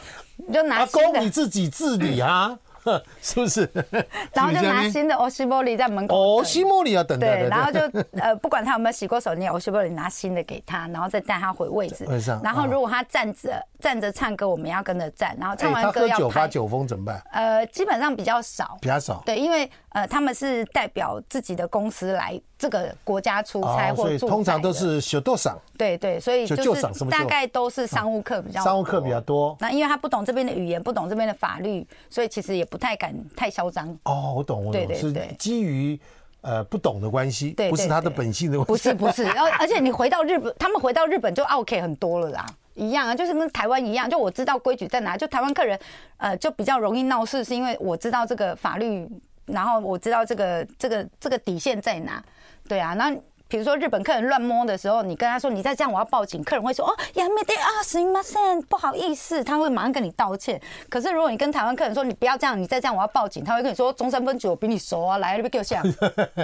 Speaker 2: 就拿
Speaker 1: 阿
Speaker 2: 新
Speaker 1: 公你
Speaker 2: 的，
Speaker 1: 自己自理啊， 呵是不是？
Speaker 2: 然后就拿
Speaker 1: 是不是
Speaker 2: 新的欧西玻璃在门 口
Speaker 1: 哦，
Speaker 2: 等。
Speaker 1: 西莫里要等的，
Speaker 2: 对，然后就呃，不管他有没有洗过手，你也我是不是拿新的给他，然后再带他回位置
Speaker 1: 位置上。
Speaker 2: 然后
Speaker 1: 啊
Speaker 2: 如果他站着站着唱歌，我们要跟着站，然后唱
Speaker 1: 哎
Speaker 2: 完
Speaker 1: 他
Speaker 2: 歌
Speaker 1: 喝
Speaker 2: 要
Speaker 1: 酒发
Speaker 2: 拍。
Speaker 1: 酒疯怎么办？
Speaker 2: 呃，基本上比较少
Speaker 1: 比。较少。
Speaker 2: 对，因为呃，他们是代表自己的公司来这个国家出差或
Speaker 1: 哦所以
Speaker 2: 驻
Speaker 1: 通常
Speaker 2: 在
Speaker 1: 都
Speaker 2: 的
Speaker 1: 是小豆赏，
Speaker 2: 对对，所以
Speaker 1: 就
Speaker 2: 就
Speaker 1: 就是赏什么
Speaker 2: 大
Speaker 1: 就
Speaker 2: 概都是商务课比较
Speaker 1: 商务课比较多
Speaker 2: 那因为他不懂这边的语言，不懂这边的法律，所以其实也不太敢太嚣张。
Speaker 1: 哦，我懂，我
Speaker 2: 对
Speaker 1: 懂，
Speaker 2: 对
Speaker 1: 是
Speaker 2: 对
Speaker 1: 基于呃不懂的关系，
Speaker 2: 对
Speaker 1: 不是
Speaker 2: 对
Speaker 1: 他的
Speaker 2: 对
Speaker 1: 本性的问题。
Speaker 2: 不是 不是，而而且你回到日本，他们回到日本就啊 OK 很多了啦，一样啊，就是跟台湾一样，就我知道规矩在哪，就台湾客人呃就比较容易闹事，是因为我知道这个法律，然后我知道这个这个这个底线在哪，对啊，那。比如说日本客人乱摸的时候，你跟他说你再这样我要报警，客人会说哦やめて啊，すみません，不好意思，他会马上跟你道歉。可是如果你跟台湾客人说你不要这样，你再这样我要报警，他会跟你说中山分局我比你熟啊，来啊，你别给我 下，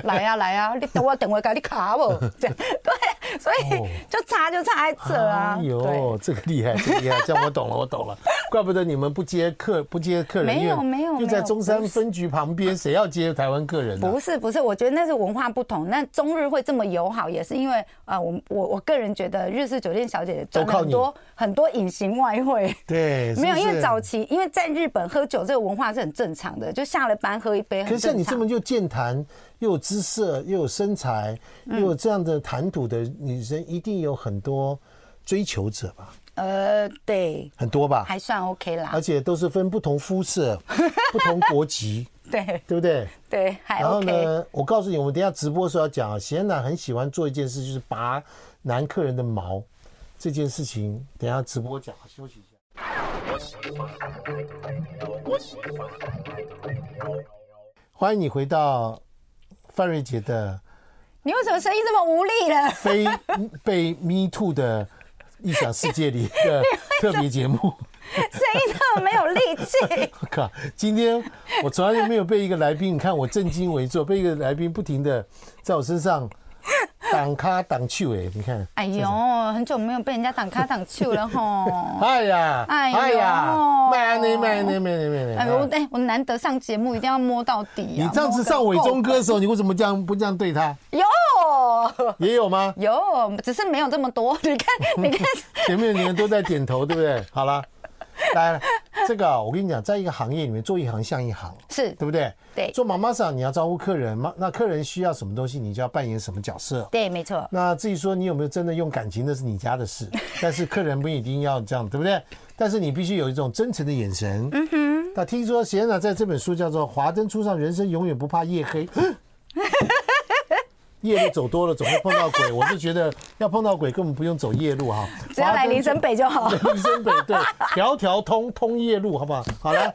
Speaker 2: 来啊来啊，你等我等我给你卡
Speaker 1: 哦
Speaker 2: 我这样对， 所以就差就差在这啊，
Speaker 1: 哎
Speaker 2: 对
Speaker 1: 呦，这个厉害，这个厉害，这样我懂了，我懂 了，怪不得你们不接客不接客人，
Speaker 2: 没有
Speaker 1: 因为
Speaker 2: 没有
Speaker 1: 就
Speaker 2: 没
Speaker 1: 在
Speaker 2: 有
Speaker 1: 中山分局旁边，谁要接台湾客人啊呢
Speaker 2: 不？是不是，我觉得那是文化不同。那中日会这么友好，也是因为呃，我我我个人觉得日式酒店小姐赚
Speaker 1: 都
Speaker 2: 了
Speaker 1: 靠
Speaker 2: 很
Speaker 1: 你
Speaker 2: 多很多隐形外汇。
Speaker 1: 对，是
Speaker 2: 没有，
Speaker 1: 不
Speaker 2: 因为
Speaker 1: 是
Speaker 2: 早期因为在日本喝酒这个文化是很正常的，就下了班喝一杯
Speaker 1: 可是
Speaker 2: 很
Speaker 1: 像
Speaker 2: 正
Speaker 1: 你这
Speaker 2: 常。
Speaker 1: 么又健谈，又有姿色，又有身材，又
Speaker 2: 嗯
Speaker 1: 有这样的谈吐的女生，一定有很多追求者吧？
Speaker 2: 呃，对，
Speaker 1: 很多吧？
Speaker 2: 还算 OK 啦
Speaker 1: 而。且都是分不同肤 色、不同国籍，
Speaker 2: 对
Speaker 1: 对不对？
Speaker 2: 对，还
Speaker 1: 然后
Speaker 2: OK。
Speaker 1: 呢，我告诉你，我们等一下直播的时候要讲啊，贤娜很喜欢做一件事，就是拔男客人的毛，这件事情等一下直播讲，休息一下。欢迎你回到范瑞杰的
Speaker 2: 你为什么声音这么无力了？
Speaker 1: 非被 Me Too 的异想世界里的特别节目。
Speaker 2: 声音那么没有力 气。
Speaker 1: 我靠！今天我从来就没有被一个来宾，你看我正襟危坐，被一个来宾不停的在我身上挡咖挡去尾，你看，
Speaker 2: 哎呦，很久没有被人家挡卡挡球 了吼。
Speaker 1: 哎呀，
Speaker 2: 哎呦
Speaker 1: 卖呢卖呢卖呢卖呢，
Speaker 2: 哎呦，哎、我难得上节目，一定要摸到底啊！
Speaker 1: 你上次上伟忠歌的时候，你为什么这样不这样对他？
Speaker 2: 摸个够
Speaker 1: 也有吗？
Speaker 2: 有 有，只是没有这么多。你看，你看，
Speaker 1: 前面的人都在点头，对不对？好了，来，这个啊我跟你讲，在一个行业里面做一行像一行，
Speaker 2: 是
Speaker 1: 对不对？
Speaker 2: 对
Speaker 1: 做妈妈桑你要招呼客人，妈那客人需要什么东西，你就要扮演什么角色。
Speaker 2: 对，没错，
Speaker 1: 那至于说你有没有真的用感情，那是你家的 事。但是客人不一定要这样，对不对？但是你必须有一种真诚的眼神。嗯哼。那听说啊贤娜在这本书叫做《华灯初上，人生永远不怕夜黑》 夜路走多了总会碰到鬼，我是觉得要碰到鬼根本不用走夜路哈，
Speaker 2: 只要来林森北就好。
Speaker 1: 林森北对，条条通通夜路，好不好？好 了，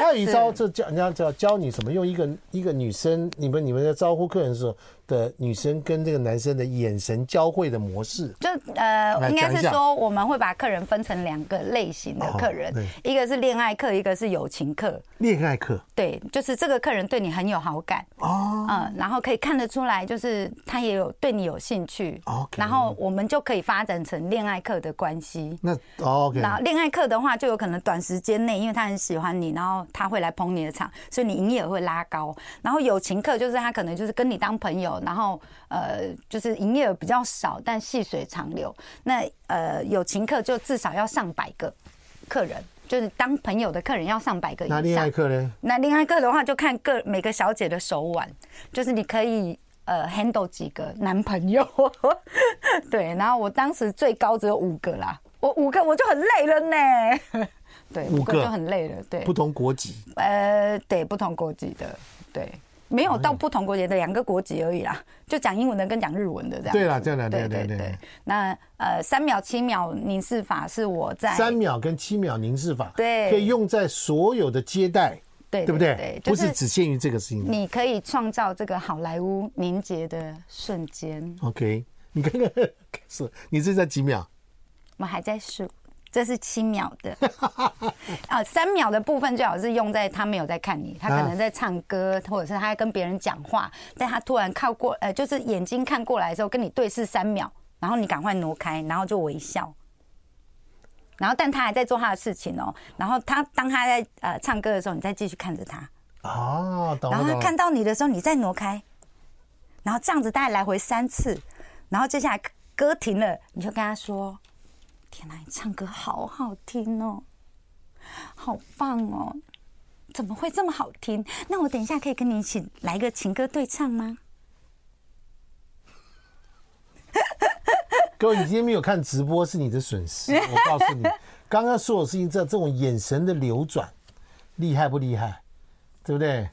Speaker 1: 还有一招，这教人家叫教你什么，用一个一个女生，你们你们在招呼客人的时候的女生跟这个男生的眼神交汇的模式，
Speaker 2: 就呃
Speaker 1: 来，
Speaker 2: 应该
Speaker 1: 讲一
Speaker 2: 是
Speaker 1: 下
Speaker 2: 说我们会把客人分成两个类型的客人
Speaker 1: 哦，
Speaker 2: 一个是恋爱客，一个是友情客。
Speaker 1: 恋爱课
Speaker 2: 对，就是这个客人对你很有好感，
Speaker 1: 哦，
Speaker 2: 嗯，然后可以看得出来，就是他也有对你有兴趣
Speaker 1: OK
Speaker 2: 然后我们就可以发展成恋爱客的关系。
Speaker 1: 那哦 OK，
Speaker 2: 然后恋爱客的话，就有可能短时间内，因为他很喜欢你，然后他会来捧你的场，所以你营业额会拉高。然后友情客就是他可能就是跟你当朋友，然后呃就是营业额比较少，但细水长流。那呃友情客就至少要上百个客人，就是当朋友的客人要上百个以
Speaker 1: 那
Speaker 2: 上。
Speaker 1: 恋爱课呢？
Speaker 2: 那另外一个的话，就看个每个小姐的手腕，就是你可以呃 handle 几个男朋友， 对。然后我当时最高只有五个啦，我五个我就很累了呢，对，
Speaker 1: 五
Speaker 2: 五
Speaker 1: 个
Speaker 2: 个就很累了，对
Speaker 1: 不，同国籍，
Speaker 2: 呃，对，不同国籍的，对，没有到不同国籍的两个国籍而已啦，就讲英文的跟讲日文的这样子。
Speaker 1: 对啦这样啦对
Speaker 2: 对
Speaker 1: 对
Speaker 2: 对
Speaker 1: 对
Speaker 2: 对。那呃，三秒七秒凝视法是我在
Speaker 1: 三秒跟七秒凝视法，
Speaker 2: 对
Speaker 1: 可以用在所有的接待，
Speaker 2: 对
Speaker 1: 对不对？
Speaker 2: 就
Speaker 1: 不是只限于这个事情。
Speaker 2: 你可以创造这个好莱坞凝结的瞬间。
Speaker 1: OK，你看 看，是你这在几秒？
Speaker 2: 我还在数，这是七秒的， 啊，三秒的部分最好是用在他没有在看你，他可能在唱歌，或者是他在跟别人讲话，但他突然靠过，呃，就是眼睛看过来的时候，跟你对视三秒，然后你赶快挪开，然后就微笑。然后，但他还在做他的事情哦。然后他当他在呃唱歌的时候，你再继续看着他。
Speaker 1: 啊，懂
Speaker 2: 然
Speaker 1: 了
Speaker 2: 后他
Speaker 1: 懂了
Speaker 2: 看。到你的时候，你再挪开，然后这样子大概来回三次，然后接下来歌停了，你就跟他说：“天哪，你唱歌好好听哦，好棒哦，怎么会这么好听？那我等一下可以跟你一起来个情歌对唱吗？”
Speaker 1: 各位，你今天没有看直播是你的损 失，我告诉你，刚刚所有事情这这种眼神的流转，厉害不厉害？对不对？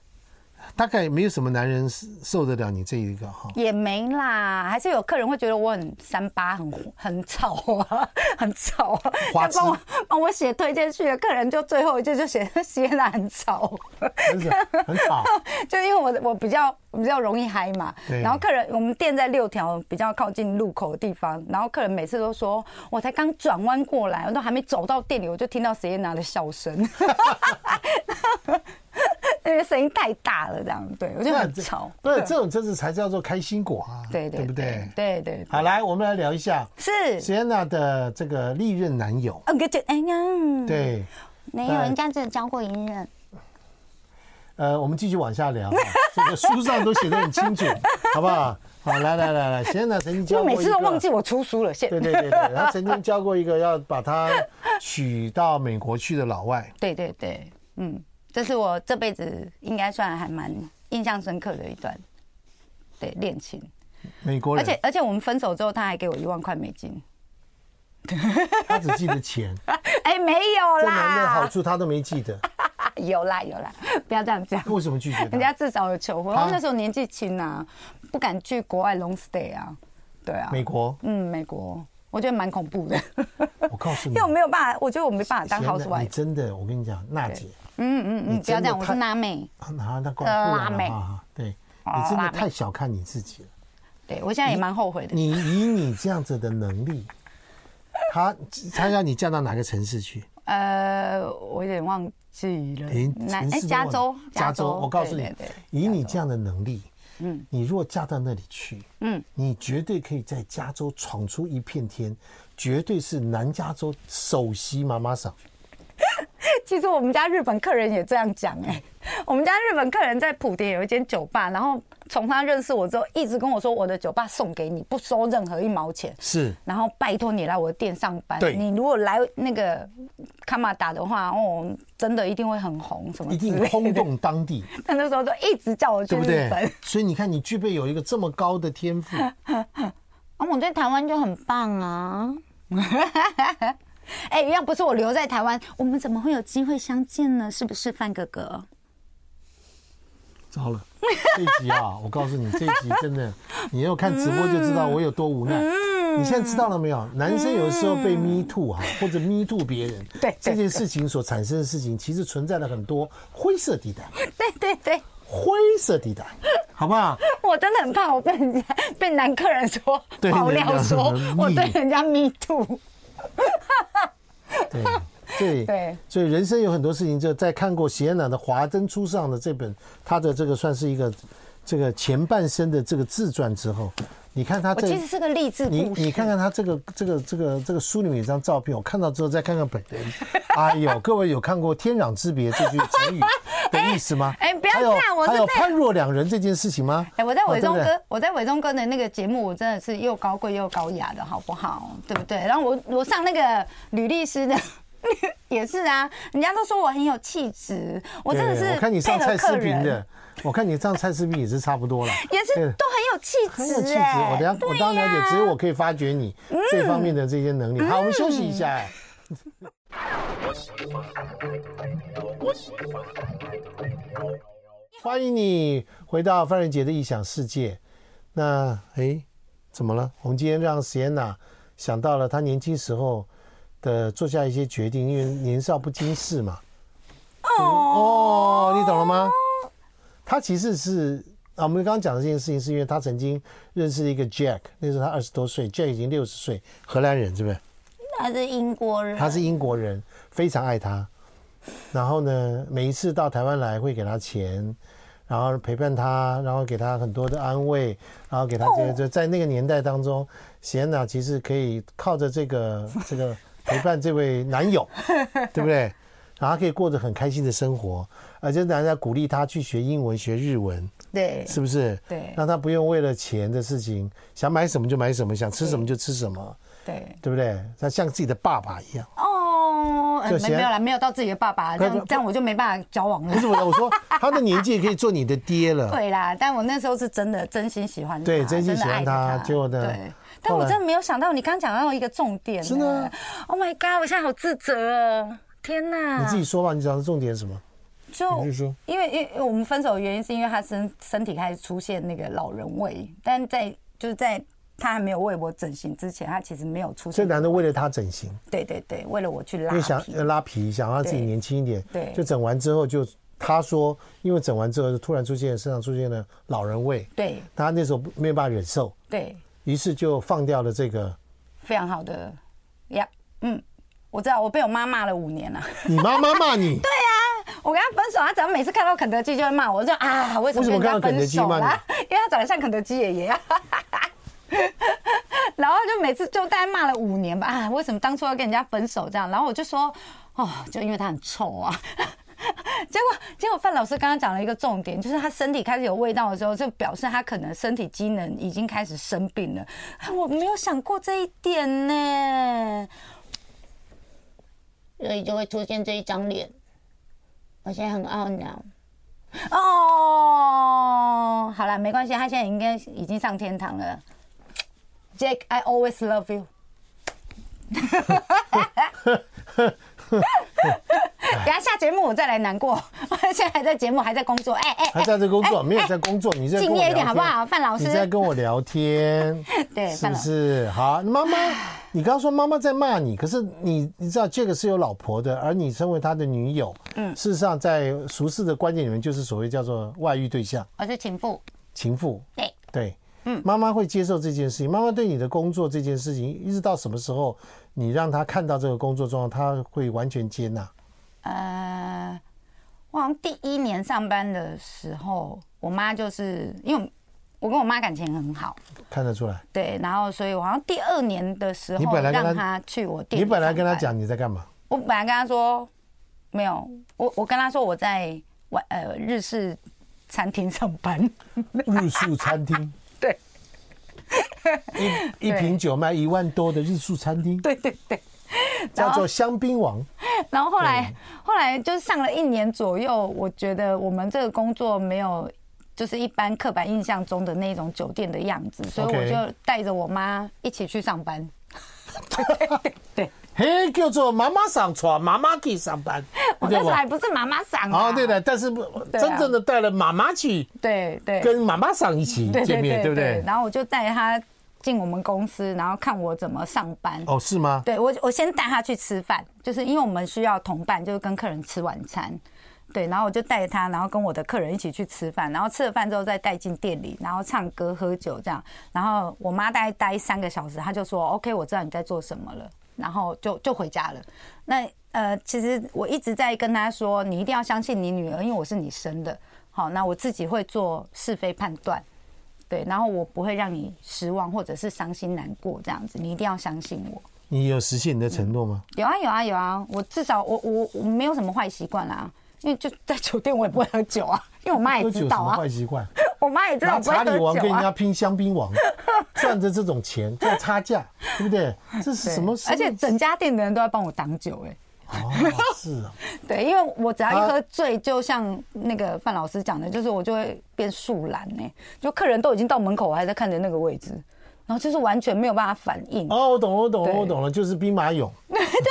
Speaker 1: 大概没有什么男人是受得了你这一个哈。
Speaker 2: 也没啦，还是有客人会觉得我很三八，很很吵啊， 很吵啊。
Speaker 1: 花
Speaker 2: 要
Speaker 1: 痴
Speaker 2: 帮我帮我写推荐序的客人，就最后一句就写 希腊很吵。
Speaker 1: 真是很吵，
Speaker 2: 就因为我我比较我比较容易嗨嘛，
Speaker 1: 对
Speaker 2: 然后客人我们店在六条比较靠近路口的地方，然后客人每次都说我才刚转弯过来，我都还没走到店里，我就听到 s i e n a 的 笑声，因为声音太大了，这样对我就
Speaker 1: 那
Speaker 2: 很
Speaker 1: 这
Speaker 2: 吵。
Speaker 1: 不是这种真是才叫做开心果啊，
Speaker 2: 对
Speaker 1: 对
Speaker 2: 对
Speaker 1: 不对？
Speaker 2: 对对，
Speaker 1: 好，来我们来聊一下
Speaker 2: 对是。
Speaker 1: Sienna 的这个历任男友，
Speaker 2: 嗯，就哎呀，，
Speaker 1: 对，
Speaker 2: 没有人家只有教过一任，
Speaker 1: 呃，我们继续往下聊啊，这个书上都写得很清楚，好不好？好，来来来来，Sienna 曾经教
Speaker 2: 就
Speaker 1: 过
Speaker 2: 每
Speaker 1: 一
Speaker 2: 次
Speaker 1: 个
Speaker 2: 都忘记我出书了，现
Speaker 1: 对对对对，他曾经教过一个要把他娶到美国去的老外，
Speaker 2: 对对对，嗯，这是我这辈子应该算还蛮印象深刻的一段对恋情，
Speaker 1: 美国
Speaker 2: 而
Speaker 1: 人，
Speaker 2: 且而且我们分手之后，他还给我一万块美金，
Speaker 1: 他只记得 钱，
Speaker 2: 哎，没有
Speaker 1: 这男的好
Speaker 2: 啦，
Speaker 1: 处他都没记得，
Speaker 2: 有啦有啦，不要这样讲，
Speaker 1: 为什 么拒绝
Speaker 2: 人
Speaker 1: 他？
Speaker 2: 家至少有求婚，
Speaker 1: 啊他
Speaker 2: 我那时候年纪轻啊，不敢去国外 long stay 啊，对啊，
Speaker 1: 美国，
Speaker 2: 嗯，美国，我觉得蛮恐怖的，
Speaker 1: 我告诉你
Speaker 2: 因为，我没有办法，我觉得我没办法当
Speaker 1: 天哪你
Speaker 2: housewife，
Speaker 1: 真的，我跟你讲，娜姐
Speaker 2: 嗯嗯
Speaker 1: 你
Speaker 2: 嗯，不要
Speaker 1: 真
Speaker 2: 这
Speaker 1: 的
Speaker 2: 样，我
Speaker 1: 太
Speaker 2: 是辣妹，
Speaker 1: 啊，那那怪
Speaker 2: 呃
Speaker 1: 不
Speaker 2: 辣
Speaker 1: 了
Speaker 2: 妹
Speaker 1: 啊，对你
Speaker 2: 哦
Speaker 1: 真的
Speaker 2: 辣妹
Speaker 1: 太小看你自己了。
Speaker 2: 对我现在也蛮后悔的，
Speaker 1: 你以你这样子的能力，他他让你嫁到哪个城市去？
Speaker 2: 呃，我有点忘记了
Speaker 1: 哎，，
Speaker 2: 南
Speaker 1: 城
Speaker 2: 哎
Speaker 1: 市都
Speaker 2: 加
Speaker 1: 忘了
Speaker 2: 州，
Speaker 1: 加州，我告诉你
Speaker 2: 对对对，
Speaker 1: 以你
Speaker 2: 加州
Speaker 1: 这样的能力，嗯，你若嫁到那里去，嗯，你绝对可以在加州闯出一片天，绝对是南加州首席妈妈桑。
Speaker 2: 其实我们家日本客人也这样讲哎、 我们家日本客人在莆田有一间酒吧，然后从他认识我之后，一直跟我说我的酒吧送给你，不收任何一毛钱。
Speaker 1: 是
Speaker 2: 然后拜托你来我的店上班
Speaker 1: 对，
Speaker 2: 你如果来那个卡玛达的话，哦，真的一定会很红什么
Speaker 1: 一
Speaker 2: 之
Speaker 1: 定
Speaker 2: 类
Speaker 1: 轰
Speaker 2: 的。
Speaker 1: 动当地，
Speaker 2: 他那时候就一直叫我去
Speaker 1: 对不
Speaker 2: 日本
Speaker 1: 对，？所以你看，你具备有一个这么高的天赋，
Speaker 2: 啊，我在台湾就很棒啊！ 哎、要不是我留在台湾，我们怎么会有机会相见呢？是不是，范哥哥？
Speaker 1: 糟 了，这一集啊，我告诉你，这一集真的，你要看直播就知道我有多无奈。
Speaker 2: 嗯
Speaker 1: 你现在知道了没有？男生有时候被 me too 啊，或者 me too 别人，
Speaker 2: 嗯对对
Speaker 1: 这件事情所产生的事情，其实存在了很多灰色地带，
Speaker 2: 对对对，
Speaker 1: 灰色地带，好不 好？
Speaker 2: 我真的很怕我被人家被男客人说
Speaker 1: 对
Speaker 2: 爆
Speaker 1: 人
Speaker 2: 料
Speaker 1: 家
Speaker 2: 说
Speaker 1: 很啊
Speaker 2: 我
Speaker 1: 腻
Speaker 2: 对人家 me too，
Speaker 1: 对。对
Speaker 2: 对
Speaker 1: 所以人生有很多事情，就在看过席安娜的《华灯初上》的这本，她的这个算是一个这个前半生的这个自传之后，你看她
Speaker 2: 我
Speaker 1: 这
Speaker 2: 其实是个励志
Speaker 1: 你
Speaker 2: 故
Speaker 1: 你
Speaker 2: 事。
Speaker 1: 看看他这个这个这个这个书里面有一张照片，我看到之后再看看本人。 哎呦，各位有看过“天壤之别”这句成语的意思吗？
Speaker 2: 哎哎不要
Speaker 1: 还有
Speaker 2: 这样我是
Speaker 1: 还有
Speaker 2: 在
Speaker 1: 判若两人这件事情吗？
Speaker 2: 哎、我在
Speaker 1: 啊
Speaker 2: 伟
Speaker 1: 对
Speaker 2: 忠
Speaker 1: 不
Speaker 2: 哥，
Speaker 1: 对
Speaker 2: 我在伟忠哥的那个节目，我真的是又高贵又高雅的，好不好？对不对？然后我我上那个吕律师的 也是啊，人家都说我很有气质，我真的
Speaker 1: 对
Speaker 2: 是
Speaker 1: 我看你
Speaker 2: 配
Speaker 1: 上
Speaker 2: 合
Speaker 1: 蔡
Speaker 2: 客
Speaker 1: 思平
Speaker 2: 人
Speaker 1: 的，我看你上蔡思平也是差不多了，
Speaker 2: 也是
Speaker 1: 对
Speaker 2: 都很有气质、
Speaker 1: 很
Speaker 2: 哎，
Speaker 1: 有气质。我等下我当然了解，只有我可以发掘你这方面的这些能力。好，我们休息一下。哎欢迎你回到范仁杰的异想世界。那哎，怎么了？我们今天让 Sienna 想到了她年轻时候的做下一些决定，因为年少不经事嘛。哦，你懂了吗？他其实是啊，我们刚刚讲的这件事情，是因为他曾经认识一个 Jack，那时候他二十多岁，Jack 已经六十岁，荷兰人，是不是？
Speaker 2: 他是英国人，
Speaker 1: 他是英国人，非常爱他。然后呢，每一次到台湾来会给他钱，然后陪伴他，然后给他很多的安慰，然后给他这个，就在那个年代当中，贤娜其实可以靠着这个这个陪伴这位男友，对不对？然后他可以过着很开心的生活，而且大家鼓励他去学英文、学日文，
Speaker 2: 对
Speaker 1: 是不是？
Speaker 2: 对
Speaker 1: 让他不用为了钱的事情，想买什么就买什么，想吃什么就吃什么，
Speaker 2: 对
Speaker 1: 对不对？他像自己的爸爸一样。
Speaker 2: 哦，呃
Speaker 1: 就嫌
Speaker 2: 没
Speaker 1: 嗯
Speaker 2: 没有啦，没有到自己的爸爸，这
Speaker 1: 不
Speaker 2: 样
Speaker 1: 不
Speaker 2: 这样我就没办法交往了
Speaker 1: 不。是我，我说他的年纪也可以做你的爹了。
Speaker 2: 对啦，但我那时候是真的真心喜欢他，
Speaker 1: 对真心喜欢
Speaker 2: 爱着
Speaker 1: 他结果呢
Speaker 2: 对。但
Speaker 1: 后
Speaker 2: 我
Speaker 1: 来
Speaker 2: 真的没有想到，你刚讲到一个重点、
Speaker 1: 真的啊
Speaker 2: o h my god！我现在好自责哦，天哪！
Speaker 1: 你自己说吧，你讲的重点是什么？
Speaker 2: 就
Speaker 1: 你去说
Speaker 2: 因为因为我们分手的原因是因为他身身体开始出现那个老人味，但在就是在他还没有为我整形之前，他其实没有出
Speaker 1: 这
Speaker 2: 现。
Speaker 1: 男的为了他整形，
Speaker 2: 对对对，为了我去
Speaker 1: 因为
Speaker 2: 嗯拉
Speaker 1: 想呃
Speaker 2: 皮
Speaker 1: 要，拉皮，想让自己
Speaker 2: 对
Speaker 1: 年轻一点，
Speaker 2: 对
Speaker 1: 就整完之后就他说，因为整完之后突然出现身上出现了老人味，
Speaker 2: 对
Speaker 1: 他那时候没有办法忍受，
Speaker 2: 对，
Speaker 1: 于是就放掉了这个。
Speaker 2: 非常好的呀，嗯，我知道我被我妈骂了五年了。
Speaker 1: 你妈妈骂 你，
Speaker 2: 我跟他分手，他只要每次看到肯德基就会骂我，我就啊，为什么
Speaker 1: 为什么
Speaker 2: 跟
Speaker 1: 看到
Speaker 2: 人家
Speaker 1: 肯德
Speaker 2: 分
Speaker 1: 基
Speaker 2: 手
Speaker 1: 骂你
Speaker 2: 啦？ 因为他长得像肯德基爷爷、啊。 然后就每次就大概骂了五年吧，啊，为什么当初要跟人家分手这样？然后我就说，哦，就因为他很臭啊。 结果，结果范老师刚刚讲了一个重点，就是他身体开始有味道的时候，就表示他可能身体机能已经开始生病了。啊，我没有想过这一点呢。
Speaker 3: 所以就会出现这一张脸。我现在很懊恼，
Speaker 2: 哦，好了，没关系，他现在应该已经上天堂了。Jake, I always love you。等下下节目我再来难过，我现在还在节目还在工作，哎哎
Speaker 1: 还在这工作，
Speaker 2: 哎
Speaker 1: 没有在工作，你在跟我
Speaker 2: 敬业一点
Speaker 1: 聊
Speaker 2: 好不
Speaker 1: 天
Speaker 2: 好范老师
Speaker 1: 你在跟我聊天，
Speaker 2: 对
Speaker 1: 是
Speaker 2: 范
Speaker 1: 不
Speaker 2: 老师
Speaker 1: 是？好，妈妈，你刚刚说妈妈在骂你，可是你你知道这个是有老婆的，而你身为他的女友，嗯，事实上在俗世的观念里面，就是所谓叫做外遇对象、
Speaker 2: 我是情妇，
Speaker 1: 情妇，
Speaker 2: 对
Speaker 1: 对，嗯，妈妈会接受这件事情，妈妈对你的工作这件事情，一直到什么时候你让她看到这个工作状况，她会完全接纳。
Speaker 2: 呃，我好像第一年上班的时候，我妈就是因为我跟我妈感情很好，
Speaker 1: 看得出来，
Speaker 2: 对，然后所以我好像第二年的时
Speaker 1: 你
Speaker 2: 候
Speaker 1: 本来跟她
Speaker 2: 让她去我店
Speaker 1: 你
Speaker 2: 里
Speaker 1: 本来跟她
Speaker 2: 上班
Speaker 1: 讲你在干嘛？
Speaker 2: 我本来跟他说没有，我我跟他说我在晚呃日式餐厅上班，
Speaker 1: 日式餐厅，
Speaker 2: 对
Speaker 1: 一一瓶酒卖一万多的日式餐厅，
Speaker 2: 对对对。
Speaker 1: 叫做香槟王。
Speaker 2: 然后后来后来就是上了一年左右，我觉得我们这个工作没有就是一般刻板印象中的那种酒店的样子，所以
Speaker 1: OK
Speaker 2: 我就带着我妈一起去上班。对对对，
Speaker 1: 嘿，叫做妈妈上床，妈妈去上班。
Speaker 2: 我
Speaker 1: 哦对
Speaker 2: 那
Speaker 1: 不
Speaker 2: 时候还不是妈妈嗓
Speaker 1: 哦，
Speaker 2: 啊，
Speaker 1: 对的，但是不
Speaker 2: 对啊
Speaker 1: 真正的带了妈妈去
Speaker 2: 对对，
Speaker 1: 跟妈妈桑一起见面，对不对？
Speaker 2: 然后我就带他进我们公司，然后看我怎么上班。
Speaker 1: 哦，是吗？
Speaker 2: 对我，我先带他去吃饭，就是因为我们需要同伴，就是跟客人吃晚餐。对，然后我就带他，然后跟我的客人一起去吃饭，然后吃了饭之后再带进店里，然后唱歌喝酒这样。然后我妈大概待三个小时，她就说：“OK，我知道你在做什么了。”然后就就回家了。那呃，其实我一直在跟她说，你一定要相信你女儿，因为我是你生的。好，那我自己会做是非判断。对，然后我不会让你失望或者是伤心难过这样子，你一定要相信我。
Speaker 1: 你有实现你的承诺吗？
Speaker 2: 有啊有啊有啊，我至少我我我没有什么坏习惯啦，因为就在酒店我也不会喝酒啊， 因为我妈也
Speaker 1: 喝酒
Speaker 2: 知
Speaker 1: 有
Speaker 2: 道
Speaker 1: 什么
Speaker 2: 啊
Speaker 1: 坏，习惯？
Speaker 2: 我妈也知道
Speaker 1: 拿
Speaker 2: 我不会
Speaker 1: 查理王
Speaker 2: 喝
Speaker 1: 跟
Speaker 2: 酒
Speaker 1: 人
Speaker 2: 啊
Speaker 1: 家。拼香槟王，赚着这种钱再差价，对不对？这是
Speaker 2: 对
Speaker 1: 什么？
Speaker 2: 而且整家店的人都在帮我挡酒哎、
Speaker 1: 哦，是啊，
Speaker 2: 对，因为我只要
Speaker 1: 啊
Speaker 2: 一喝醉，就像那个范老师讲的，就是我就会变树懒哎，就客人都已经到门口，我还在看着那个位置，然后就是完全没有办法反应，
Speaker 1: 哦，我懂了，我懂了，
Speaker 2: 对
Speaker 1: 我懂了，就是兵马 俑，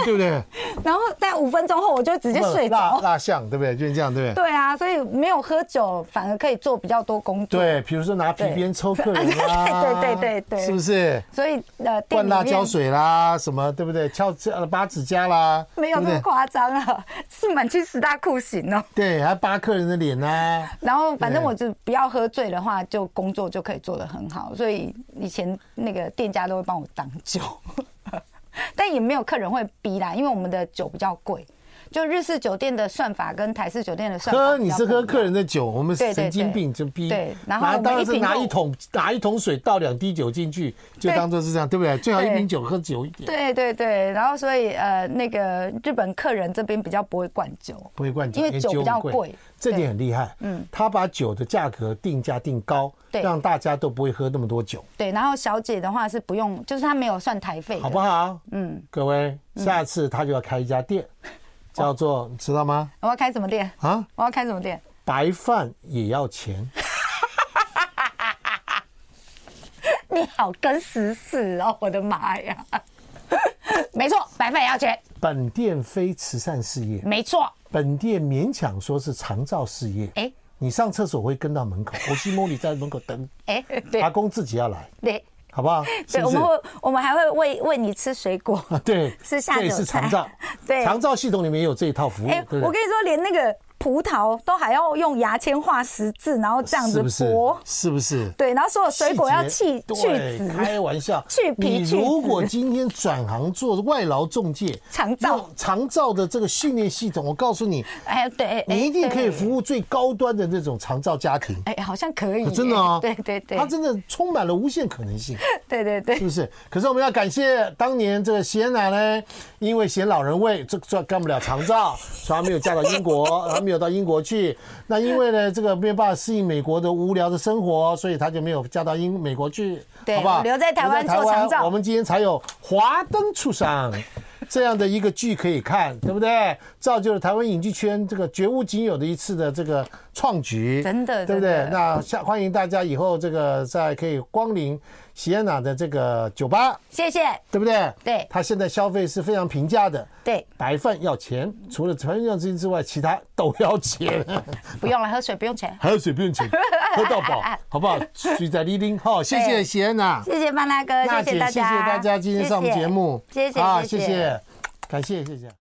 Speaker 1: 对不对？
Speaker 2: 然后在五分钟后我就直接睡
Speaker 1: 蜡
Speaker 2: 着。
Speaker 1: 蜡像，对不对？就是这样，对不对？
Speaker 2: 对啊，所以没有喝酒反而可以做比较多工作。
Speaker 1: 对，比如说拿皮鞭抽客人啦，
Speaker 2: 对对对对对
Speaker 1: 是不是？
Speaker 2: 所以呃，店
Speaker 1: 灌
Speaker 2: 里
Speaker 1: 辣
Speaker 2: 面
Speaker 1: 椒水啦，什么对不对？翘呃八指甲啦，
Speaker 2: 没有
Speaker 1: 对不
Speaker 2: 那么
Speaker 1: 对？
Speaker 2: 夸张啊， 是满清十大酷刑哦。
Speaker 1: 对，还扒客人的脸呐，
Speaker 2: 然后反正
Speaker 1: 对
Speaker 2: 我就不要喝醉的话，就工作就可以做得很好。所以以前那个店家都会帮我挡酒， 但也没有客人会逼啦，因为我们的酒比较贵。就日式酒店的算法跟台式酒店的算法
Speaker 1: 喝
Speaker 2: 比
Speaker 1: 你
Speaker 2: 较
Speaker 1: 是
Speaker 2: 不一样，
Speaker 1: 喝客人的酒，我们
Speaker 2: 对对
Speaker 1: 神经
Speaker 2: 对
Speaker 1: 病就逼。
Speaker 2: 对然后
Speaker 1: 拿
Speaker 2: 我们
Speaker 1: 当然
Speaker 2: 一
Speaker 1: 是
Speaker 2: 瓶
Speaker 1: 拿
Speaker 2: 就
Speaker 1: 一桶拿一桶水倒两滴酒进去，就
Speaker 2: 对
Speaker 1: 当做是这样，对不对？最好一
Speaker 2: 对
Speaker 1: 瓶酒喝久一点，
Speaker 2: 对对对，然后所以呃，那个日本客人这边比较不会灌酒，
Speaker 1: 不会灌酒，
Speaker 2: 因为酒
Speaker 1: 很
Speaker 2: 比较贵
Speaker 1: 这
Speaker 2: 对
Speaker 1: 点很厉害。嗯，他把酒的价格定价定高，
Speaker 2: 对
Speaker 1: 让大家都不会喝那么多酒，
Speaker 2: 对，然后小姐的话是不用，就是她没有算台费的，
Speaker 1: 好不好？嗯，各位，下次他就要开一家店，叫做你知道吗？
Speaker 2: 我要开什么店？
Speaker 1: 啊，
Speaker 2: 我要开什么店？
Speaker 1: 白饭也要钱。
Speaker 2: 你好跟时事哦，我的妈呀！ 没错，白饭也要钱，
Speaker 1: 本店非慈善事业，
Speaker 2: 没错，
Speaker 1: 本店勉强说是长照事业。
Speaker 2: 哎
Speaker 1: 你上厕所会跟到门 口，我西莫里在门口等，
Speaker 2: 哎，
Speaker 1: 阿
Speaker 2: 对
Speaker 1: 公自己要来，
Speaker 2: 对
Speaker 1: 好不好？是
Speaker 2: 对，
Speaker 1: 不
Speaker 2: 我
Speaker 1: 是
Speaker 2: 们？会，我们还会喂喂你吃水果。
Speaker 1: 啊， 对，
Speaker 2: 吃下
Speaker 1: 这也
Speaker 2: 酒
Speaker 1: 是
Speaker 2: 菜
Speaker 1: 长照，
Speaker 2: 对
Speaker 1: 长照系统里面有这一套服务，
Speaker 2: 哎
Speaker 1: 对，不
Speaker 2: 我
Speaker 1: 对？
Speaker 2: 跟你说，连那个葡萄都还要用牙签画十字，然后这样子
Speaker 1: 是不是
Speaker 2: 剥。？
Speaker 1: 是不是？
Speaker 2: 对，然后所有水果要去
Speaker 1: 对
Speaker 2: 去籽，
Speaker 1: 开玩笑，
Speaker 2: 去皮
Speaker 1: 你
Speaker 2: 去
Speaker 1: 如果
Speaker 2: 籽
Speaker 1: 今天转行做外劳中介，
Speaker 2: 长照
Speaker 1: 用长照的这个训练系统，我告诉你，
Speaker 2: 哎，对，哎
Speaker 1: 你一定可以
Speaker 2: 对
Speaker 1: 服务最高端的那种长照家庭。
Speaker 2: 哎，好像可以耶，
Speaker 1: 真的哦，
Speaker 2: 对对对
Speaker 1: 它，真的充满了无限可能性，
Speaker 2: 对对
Speaker 1: 是
Speaker 2: 对，
Speaker 1: 不是？可是我们要感谢当年这个贤奶呢，因为嫌老人味，这这干不了长照，所以她没有嫁到英国，呃她没有到英国去。那因为呢，这个没有办法适应美国的无聊的生活，所以她就没有嫁到英美国去，
Speaker 2: 对
Speaker 1: 好不好？
Speaker 2: 我留在台湾
Speaker 1: 留在台湾
Speaker 2: 做长照
Speaker 1: 我们今天才有华灯初上。这样的一个剧可以看，对不对？造就了台湾影剧圈这个绝无仅有的一次的这个创举，
Speaker 2: 真的
Speaker 1: 对不
Speaker 2: 真
Speaker 1: 对
Speaker 2: 的？
Speaker 1: 那下欢迎大家以后这个在可以光临喜安娜的这个酒吧，
Speaker 2: 谢谢，
Speaker 1: 对不对？
Speaker 2: 对
Speaker 1: 它现在消费是非常平价的，
Speaker 2: 对，
Speaker 1: 白饭要钱，除了传教资金之外，其他都要 钱，
Speaker 2: 不用了，喝水不用钱，
Speaker 1: 还有水不用钱，喝到饱，好不好？水在立丁，好，谢谢
Speaker 2: 对
Speaker 1: 喜安娜，
Speaker 2: 谢谢曼拉哥，
Speaker 1: 娜姐，
Speaker 2: 谢谢大家，
Speaker 1: 谢谢大家今天上我们节目，
Speaker 2: 谢谢，
Speaker 1: 啊，
Speaker 2: 谢
Speaker 1: 谢
Speaker 2: 谢。
Speaker 1: 谢，感谢，谢谢。